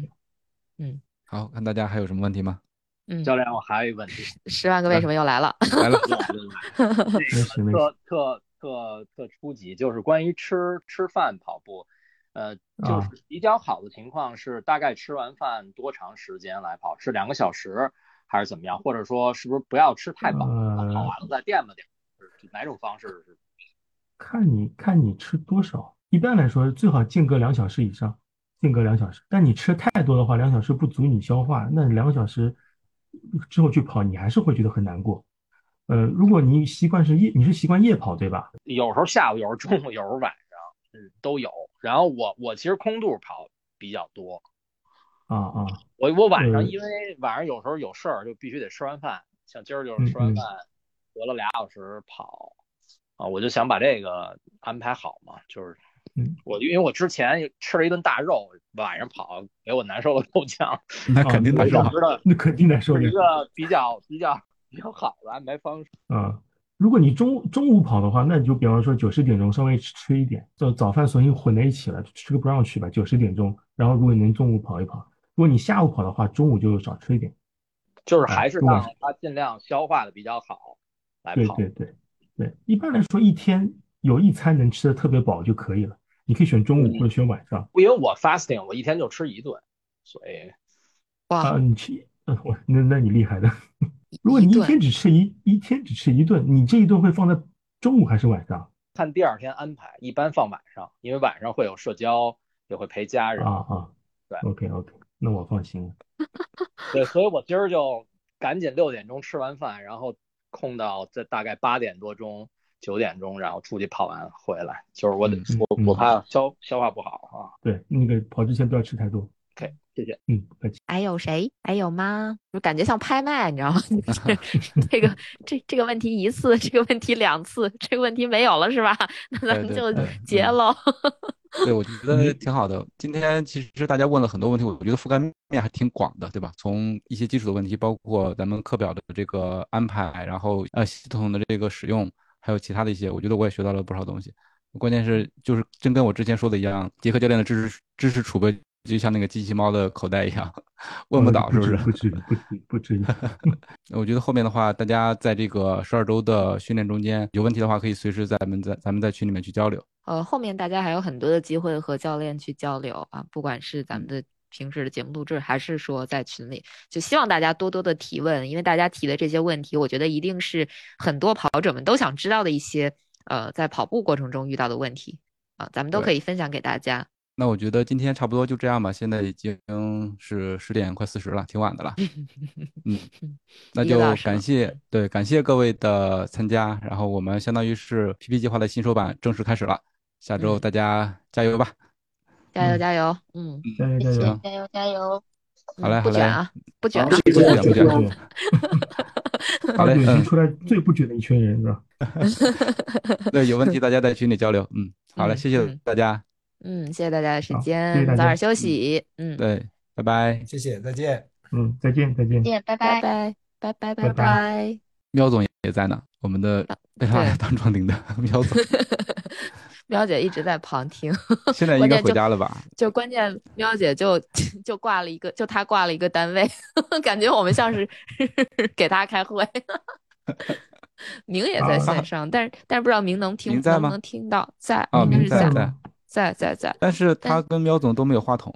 [SPEAKER 2] 嗯
[SPEAKER 1] 好，看大家还有什么问题吗？
[SPEAKER 2] 嗯，
[SPEAKER 6] 教练，我还有一个问题，
[SPEAKER 2] 十万个为什么又来
[SPEAKER 6] [LAUGHS]
[SPEAKER 2] 了？
[SPEAKER 1] 来了，
[SPEAKER 2] [LAUGHS]
[SPEAKER 6] 那个
[SPEAKER 3] 事没
[SPEAKER 6] 特特特特初级，就是关于吃吃饭跑步，呃，就
[SPEAKER 3] 啊
[SPEAKER 6] 是比较好的情况是大概吃完饭多长时间来跑？是两个小时还是怎么样？或者说是不是不要吃太饱，
[SPEAKER 1] 嗯
[SPEAKER 3] 呃
[SPEAKER 6] 跑完了再垫吧点儿？是哪种方式是？
[SPEAKER 3] 看你看你吃多少，一般来说最好间隔两小时以上，间隔两小时。但你吃太多的话，两小时不足以消化，那两个小时之后去跑，你还是会觉得很难过。呃，如果你习惯是夜，你是习惯夜跑对吧？
[SPEAKER 6] 有时候下午，有时候中午，有时候晚上，嗯，都有。然后我我其实空肚跑比较多，
[SPEAKER 3] 啊啊，
[SPEAKER 6] 我我晚上
[SPEAKER 3] 嗯
[SPEAKER 6] 因为晚上有时候有事儿，就必须得吃完饭。像今儿就是吃
[SPEAKER 3] 嗯嗯
[SPEAKER 6] 完饭，隔了俩小时跑啊，我就想把这个安排好嘛。就是
[SPEAKER 3] 嗯，
[SPEAKER 6] 我因为我之前吃了一顿大肉，晚上跑给我难受的够呛。
[SPEAKER 1] 那肯定
[SPEAKER 6] 我
[SPEAKER 1] 难受
[SPEAKER 6] 想
[SPEAKER 1] 啊
[SPEAKER 6] 知 [LAUGHS] 道
[SPEAKER 3] 那肯定难受
[SPEAKER 6] 是
[SPEAKER 3] 的
[SPEAKER 6] 一个比较比较比较好的安排方式。
[SPEAKER 3] 啊。如果你中中午跑的话，那你就比方说九十点钟稍微吃吃一点，就早饭索性混在一起了，吃个 brunch 吧，九十点钟。然后如果你能中午跑一跑，如果你下午跑的话，中午就少吃一点。
[SPEAKER 6] 就是还是
[SPEAKER 3] 哎我
[SPEAKER 6] 让它尽量消化的比较好来
[SPEAKER 3] 对
[SPEAKER 6] 跑。
[SPEAKER 3] 对对对，一般来说一天有一餐能吃的特别饱就可以了。你可以选
[SPEAKER 6] 嗯
[SPEAKER 3] 中午或者选晚上
[SPEAKER 6] 因为我 fasting，我一天就吃一顿，所以
[SPEAKER 3] 啊，你吃，呃我那那你厉害的。 [LAUGHS] 如果你一天只吃一一天只吃一顿，你这一顿会放在中午还是晚上？
[SPEAKER 6] 看第二天安排，一般放晚上，因为晚上会有社交，也会陪家人。
[SPEAKER 3] 啊啊，
[SPEAKER 6] 对
[SPEAKER 3] ，OK OK，那我放心了。
[SPEAKER 6] 对，所以我今儿就赶紧六点钟吃完饭，然后空到这大概八点多钟、九点钟，然后出去跑完回来。就是我得、
[SPEAKER 3] 嗯
[SPEAKER 6] 我
[SPEAKER 3] 嗯
[SPEAKER 6] 我怕消消化不好啊。
[SPEAKER 3] 对，那个跑之前不要吃太多。
[SPEAKER 6] OK，谢谢。
[SPEAKER 3] 嗯，再见。
[SPEAKER 2] 还有谁？还有吗？就感觉像拍卖，你知道吗？ [LAUGHS] 这这个这这个问题一 [LAUGHS] 次，这个问题两次，这个问题没有了是吧？那咱们
[SPEAKER 1] 对嗯
[SPEAKER 2] 就
[SPEAKER 1] 对
[SPEAKER 2] 结喽。
[SPEAKER 1] 对，我觉得挺好的。今天其实大家问了很多问题，我觉得覆盖面还挺广的，对吧？从一些基础的问题，包括咱们课表的这个安排，然后呃系统的这个使用，还有其他的一些，我觉得我也学到了不少东西。关键是就是真跟我之前说的一样，杰克教练的知识知识储备就像那个机器猫的口袋一样， [LAUGHS] 问不倒，是不是？
[SPEAKER 3] 嗯不至于，不至于，不至于。
[SPEAKER 1] 我觉得后面的话，大家在这个十二周的训练中间有问题的话，可以随时在咱们在咱们在群里面去交流。
[SPEAKER 2] 呃，后面大家还有很多的机会和教练去交流啊，不管是咱们的平时的节目录制，还是说在群里，就希望大家多多的提问，因为大家提的这些问题，我觉得一定是很多跑者们都想知道的一些呃，在跑步过程中遇到的问题啊，咱们都可以分享给大家。
[SPEAKER 1] 那我觉得今天差不多就这样吧，现在已经是十点快四十了，挺晚
[SPEAKER 2] [LAUGHS]
[SPEAKER 1] 的了。嗯，那就感谢
[SPEAKER 2] 嗯
[SPEAKER 1] 对感谢各位的参加，然后我们相当于是 PP 计划的新手版正式开始了。下周
[SPEAKER 2] 嗯
[SPEAKER 1] 大家加油吧！
[SPEAKER 2] 加油加油，嗯，
[SPEAKER 3] 加油加油
[SPEAKER 5] 加油加油！
[SPEAKER 1] 好嘞，
[SPEAKER 2] 不卷啊，不卷啊，
[SPEAKER 1] 不卷不卷。 [LAUGHS] 好嘞，
[SPEAKER 3] 嗯，出来最不卷的一群人是
[SPEAKER 1] 吧？对，有问题大家在群里交流。嗯，好嘞，谢谢大家。
[SPEAKER 2] [LAUGHS] 嗯，谢谢大家的时间，
[SPEAKER 3] 早
[SPEAKER 2] 点休息。嗯，
[SPEAKER 1] 对，拜拜，
[SPEAKER 9] 谢谢，再见。
[SPEAKER 3] 嗯，再见再见，
[SPEAKER 5] 见，拜
[SPEAKER 2] 拜拜拜拜拜拜。
[SPEAKER 1] 喵总也在呢，我们的
[SPEAKER 2] 啊
[SPEAKER 1] 被他 [LAUGHS] 当壮丁的喵
[SPEAKER 2] [LAUGHS]
[SPEAKER 1] 总。
[SPEAKER 2] 喵姐一直在旁听， [LAUGHS]
[SPEAKER 1] 现在应该回家了吧？
[SPEAKER 2] 就,就关键，喵姐就 [LAUGHS] 就挂了一个，就她挂了一个单位， [LAUGHS] 感觉我们像是 [LAUGHS] 给她开会。 [LAUGHS] 明也在线上，啊、但是但是不知道明能听能不能听到，在
[SPEAKER 1] 啊，
[SPEAKER 2] 明是
[SPEAKER 1] 在
[SPEAKER 2] 在在在在，
[SPEAKER 1] 但是他跟喵总都没有话筒，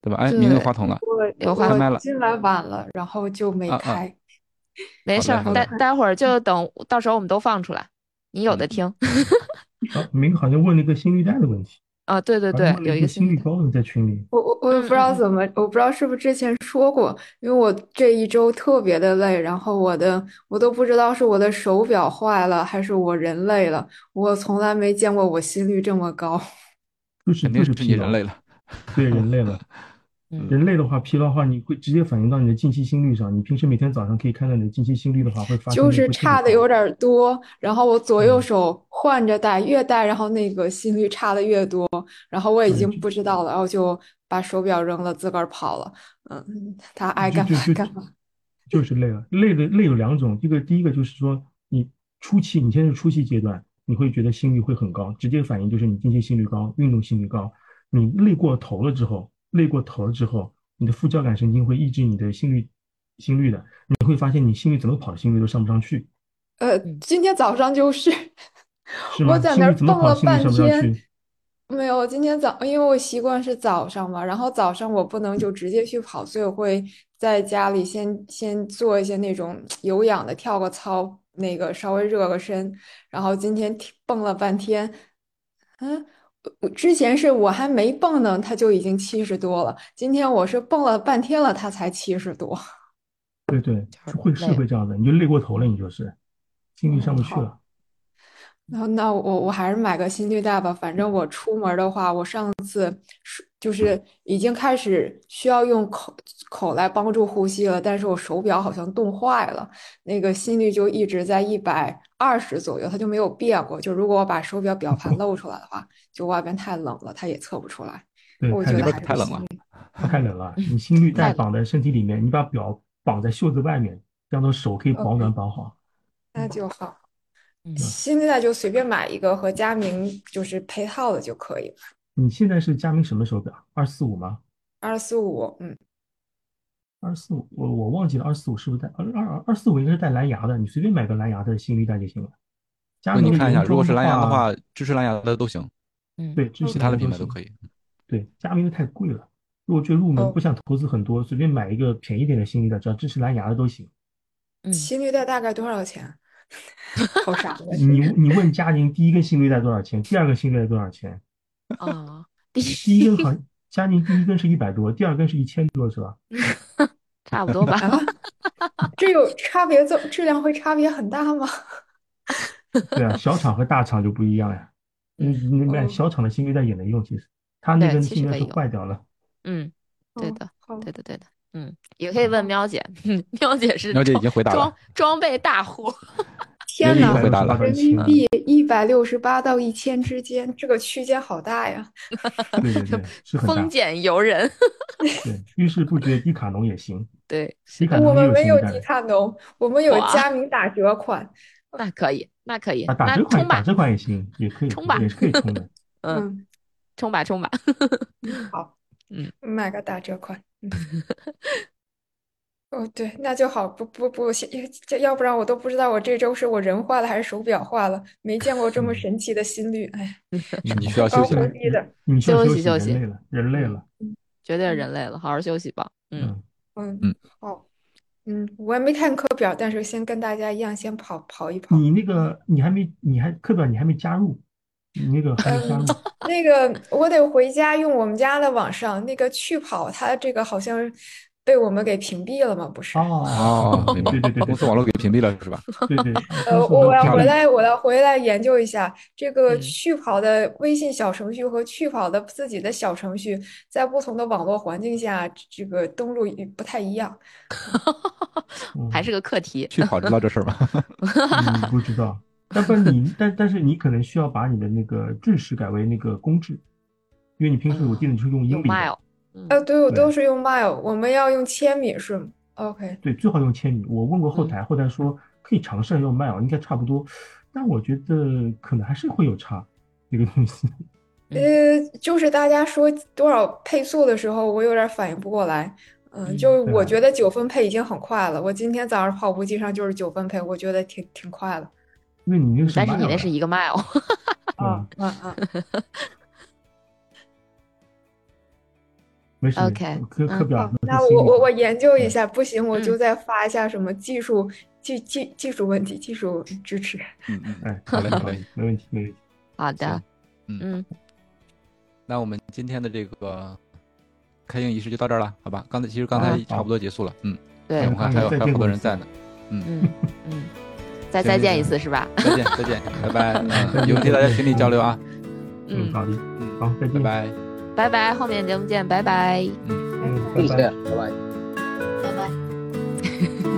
[SPEAKER 1] 对吧？哎，明有话筒了，
[SPEAKER 2] 有话
[SPEAKER 1] 麦了。嗯
[SPEAKER 13] 进来晚了，然后就没开。啊啊
[SPEAKER 2] 没事，待待会儿就等，到时候我们都放出来，你
[SPEAKER 1] 嗯
[SPEAKER 2] 有的听。
[SPEAKER 3] 啊，明好像问了一个心率带的问题
[SPEAKER 2] 啊，对对对，有
[SPEAKER 3] 一
[SPEAKER 2] 个嗯
[SPEAKER 3] 心率高的在群里，
[SPEAKER 13] 我我我也不知道怎么，我不知道是不是之前说过，因为我这一周特别的累，然后我的我都不知道是我的手表坏了还是我人累了，我从来没见过我心率这么高，
[SPEAKER 3] 就是
[SPEAKER 1] 肯定
[SPEAKER 3] 是
[SPEAKER 1] 是你人累了，
[SPEAKER 3] 对人累了，人累的话疲劳的话，你会直接反映到你的静息心率上，你平时每天早上可以看到你的静息心率的话会发生，
[SPEAKER 13] 就是差的有点多，然后我左右手。换着戴，越戴，然后那个心率差的越多，然后我已经不知道了，然后就把手表扔了，自个儿跑了。嗯，他爱干嘛干嘛。
[SPEAKER 3] 就是累了，累的累有两种，一个第一个就是说你初期，你现在是初期阶段，你会觉得心率会很高，直接反应就是你间歇心率高，运动心率高。你累过头了之后，累过头了之后，你的副交感神经会抑制你的心率，心率的，你会发现你心率怎么跑，心率都上不上去。
[SPEAKER 13] 呃，
[SPEAKER 2] 嗯
[SPEAKER 13] 今天早上就是。我在
[SPEAKER 3] 那
[SPEAKER 13] 儿蹦了半天，
[SPEAKER 3] 去
[SPEAKER 13] 没有。今天早，因为我习惯是早上嘛，然后早上我不能就直接去跑，所以我会在家里先先做一些那种有氧的，跳个操，那个稍微热个身。然后今天蹦了半天，嗯，我之前是我还没蹦呢，它就已经七十多了。今天我是蹦了半天了，它才七十多。
[SPEAKER 3] 对对，会是会这样的，你就累过头了，你就是精力上不去
[SPEAKER 13] 嗯
[SPEAKER 3] 了。
[SPEAKER 13] 那那我我还是买个心率带吧，反正我出门的话，我上次就是已经开始需要用口口来帮助呼吸了，但是我手表好像冻坏了，那个心率就一直在一百二十左右，它就没有变过。就如果我把手表表盘露出来的话，就外边太冷了，它也测不出来。
[SPEAKER 1] 嗯
[SPEAKER 13] 我觉得还是
[SPEAKER 1] 太冷了，
[SPEAKER 3] 太冷了。你心率带绑在身体里面，你把表绑在袖子外面，这样的手可以保暖保好。
[SPEAKER 13] 那就好。嗯新现在就随便买一个和佳明就是配套的就可以了。
[SPEAKER 3] 你现在是佳明什么手表？二四五吗？
[SPEAKER 13] 二四五，嗯，
[SPEAKER 3] 二四五，我我忘记了，二四五是不是带二二二四五应该是带蓝牙的？你随便买个蓝牙的心率带就行了。佳明
[SPEAKER 1] 你看一下，如果是蓝牙的话，支持蓝牙的都行。
[SPEAKER 2] 嗯，
[SPEAKER 3] 对，
[SPEAKER 1] 其他的品牌都可以。
[SPEAKER 3] 对，佳明的太贵了，如果觉得入门不想投资很多，随便买一个便宜点的心率带，只要支持蓝牙的都 [LAUGHS] 行。
[SPEAKER 2] 嗯
[SPEAKER 13] 心率带大概多少钱？ [LAUGHS] 好傻！
[SPEAKER 3] 你
[SPEAKER 2] [LAUGHS]
[SPEAKER 3] 你问佳宁第一根心率带多少钱？第二根心率带多少钱？
[SPEAKER 2] 啊，
[SPEAKER 3] 第第一根好像佳宁第一根是一百多，第二根是一千多，是吧？
[SPEAKER 2] 差不多吧。
[SPEAKER 13] 这有差别，质质量会差别很大吗？ [LAUGHS]
[SPEAKER 2] [LAUGHS]
[SPEAKER 3] 对啊，小厂和大厂就不一样呀。你你
[SPEAKER 2] 哦
[SPEAKER 3] 买小厂的心率带也能用，其实它那根心率带是坏掉了。
[SPEAKER 2] 嗯，对的，对的，对的。嗯，也可以问喵姐，喵姐是
[SPEAKER 1] 喵姐已经回答
[SPEAKER 2] 装装备大户。
[SPEAKER 13] 天
[SPEAKER 1] 哪！
[SPEAKER 13] 回
[SPEAKER 1] 答了
[SPEAKER 13] 人民
[SPEAKER 3] 啊
[SPEAKER 13] 币一百六十八到一千之间，这个区间好大呀！
[SPEAKER 3] 对对对，
[SPEAKER 2] [LAUGHS]
[SPEAKER 3] 是很大
[SPEAKER 2] 丰俭由人。
[SPEAKER 3] 对，遇事不决，迪卡侬也行。
[SPEAKER 2] [LAUGHS] 对，
[SPEAKER 13] [LAUGHS]
[SPEAKER 3] 迪卡侬
[SPEAKER 13] 我
[SPEAKER 3] 也
[SPEAKER 13] 们没
[SPEAKER 3] 有
[SPEAKER 13] 有
[SPEAKER 3] 性价
[SPEAKER 13] 迪
[SPEAKER 3] 比
[SPEAKER 13] 卡侬，我们有
[SPEAKER 2] 哇
[SPEAKER 13] 佳明打折款。
[SPEAKER 2] 那可以，那可以，
[SPEAKER 3] 啊，打
[SPEAKER 2] 那
[SPEAKER 3] 折款
[SPEAKER 2] 冲吧，
[SPEAKER 3] 打折款也行，也可以
[SPEAKER 2] 冲吧
[SPEAKER 3] 也是可以 [LAUGHS] 冲的。
[SPEAKER 2] [LAUGHS] 嗯，冲吧，冲吧。
[SPEAKER 13] 好，
[SPEAKER 2] 嗯，
[SPEAKER 13] 买个打折款。
[SPEAKER 2] [LAUGHS]
[SPEAKER 13] 嗯哦，对，那就好，不不不，先要要不然我都不知道我这周是我人坏了还是手表坏了，没见过
[SPEAKER 2] 嗯
[SPEAKER 13] 这么神奇的心率，哎呀，
[SPEAKER 1] 你需要
[SPEAKER 13] 高
[SPEAKER 1] 休息
[SPEAKER 13] 估
[SPEAKER 1] 了。
[SPEAKER 13] 低的，
[SPEAKER 2] [LAUGHS]
[SPEAKER 3] 嗯你需要
[SPEAKER 2] 休
[SPEAKER 3] 休
[SPEAKER 2] 息休息
[SPEAKER 3] 人累了，人累了。
[SPEAKER 2] 绝对是人类了，好好休息吧。嗯
[SPEAKER 13] 嗯
[SPEAKER 1] 嗯，
[SPEAKER 13] 好，嗯，我也没看课表，但是先跟大家一样，先跑跑一
[SPEAKER 2] 嗯
[SPEAKER 13] 跑。
[SPEAKER 3] 你那个你还没你还课表你还没加入，你那个还
[SPEAKER 2] [LAUGHS]
[SPEAKER 3] 没加入。
[SPEAKER 13] 那个我得回家用我们家的网上那个去跑，它这个好像被我们给屏蔽了嘛，不是？
[SPEAKER 1] 哦，明白。
[SPEAKER 3] 啊对对对对
[SPEAKER 1] 公司网络给屏蔽了是吧？
[SPEAKER 3] 对对，
[SPEAKER 13] [LAUGHS] 呃，我要
[SPEAKER 1] 漂
[SPEAKER 13] 回
[SPEAKER 1] 亮
[SPEAKER 13] 来，我要回来研究一下这个趣跑的微信小程序和趣跑的自己的小程序，在不同的网络环境下，这个登录也不太一样。
[SPEAKER 2] 还是个课题。
[SPEAKER 1] 去
[SPEAKER 2] [LAUGHS]
[SPEAKER 1] 跑知道这事儿吗？
[SPEAKER 3] 嗯，不知道。但不，你但但是你可能需要把你的那个制式改为那个公制，因为你平时
[SPEAKER 2] 嗯
[SPEAKER 3] 我记得你是用英里
[SPEAKER 2] 哦
[SPEAKER 3] 的，
[SPEAKER 13] 呃，对，我
[SPEAKER 3] 对
[SPEAKER 13] 都是用 mile，我们要用千米是吗？OK，
[SPEAKER 3] 对，最好用千米。我问过后台，后台说可以尝试用 mile，应该差不多，但我觉得可能还是会有差这个东西。
[SPEAKER 13] 呃，就是大家说多少配速的时候，我有点反应不过来。嗯，就
[SPEAKER 3] 对
[SPEAKER 13] 我
[SPEAKER 3] 啊
[SPEAKER 13] 觉得九分配已经很快了，我今天早上跑步机上就是九分配，我觉得挺挺快了。
[SPEAKER 3] 因为你那个是 mile，
[SPEAKER 2] 但是你那是一个哦
[SPEAKER 3] [LAUGHS]
[SPEAKER 2] mile，
[SPEAKER 3] 啊，
[SPEAKER 13] 嗯
[SPEAKER 3] [LAUGHS]
[SPEAKER 13] 嗯。
[SPEAKER 3] 没事没事
[SPEAKER 2] OK，嗯
[SPEAKER 3] 课课表
[SPEAKER 13] 好，那我我我研究
[SPEAKER 3] 嗯
[SPEAKER 13] 一下，不行我就再发一下什么技术技技技术问题，技术支持。
[SPEAKER 1] 嗯嗯，
[SPEAKER 3] [LAUGHS] 哎，好嘞好嘞，没问题没问题。
[SPEAKER 2] 好的，
[SPEAKER 1] 嗯那我们今天的这个开营仪式就到这儿了，好吧？刚才其实刚才
[SPEAKER 2] 啊
[SPEAKER 1] 差不多结束了，嗯，
[SPEAKER 2] 对
[SPEAKER 1] 我看还有还
[SPEAKER 3] 再
[SPEAKER 1] 有
[SPEAKER 3] 见
[SPEAKER 1] 好多
[SPEAKER 3] 过
[SPEAKER 1] 人
[SPEAKER 3] 一次
[SPEAKER 1] 在呢，嗯
[SPEAKER 2] 嗯，再再见一次是吧？
[SPEAKER 1] 再见再见，拜拜，
[SPEAKER 3] [LAUGHS]
[SPEAKER 1] 嗯有替大家群里交流啊，
[SPEAKER 2] 嗯，
[SPEAKER 3] 好的，
[SPEAKER 1] 嗯，
[SPEAKER 3] 好，再见，
[SPEAKER 1] 拜拜。
[SPEAKER 2] 拜拜，后面节目见，拜拜。
[SPEAKER 3] 嗯，
[SPEAKER 6] 谢
[SPEAKER 3] 拜
[SPEAKER 6] 谢
[SPEAKER 3] 拜。，
[SPEAKER 6] 拜拜。
[SPEAKER 5] 拜拜。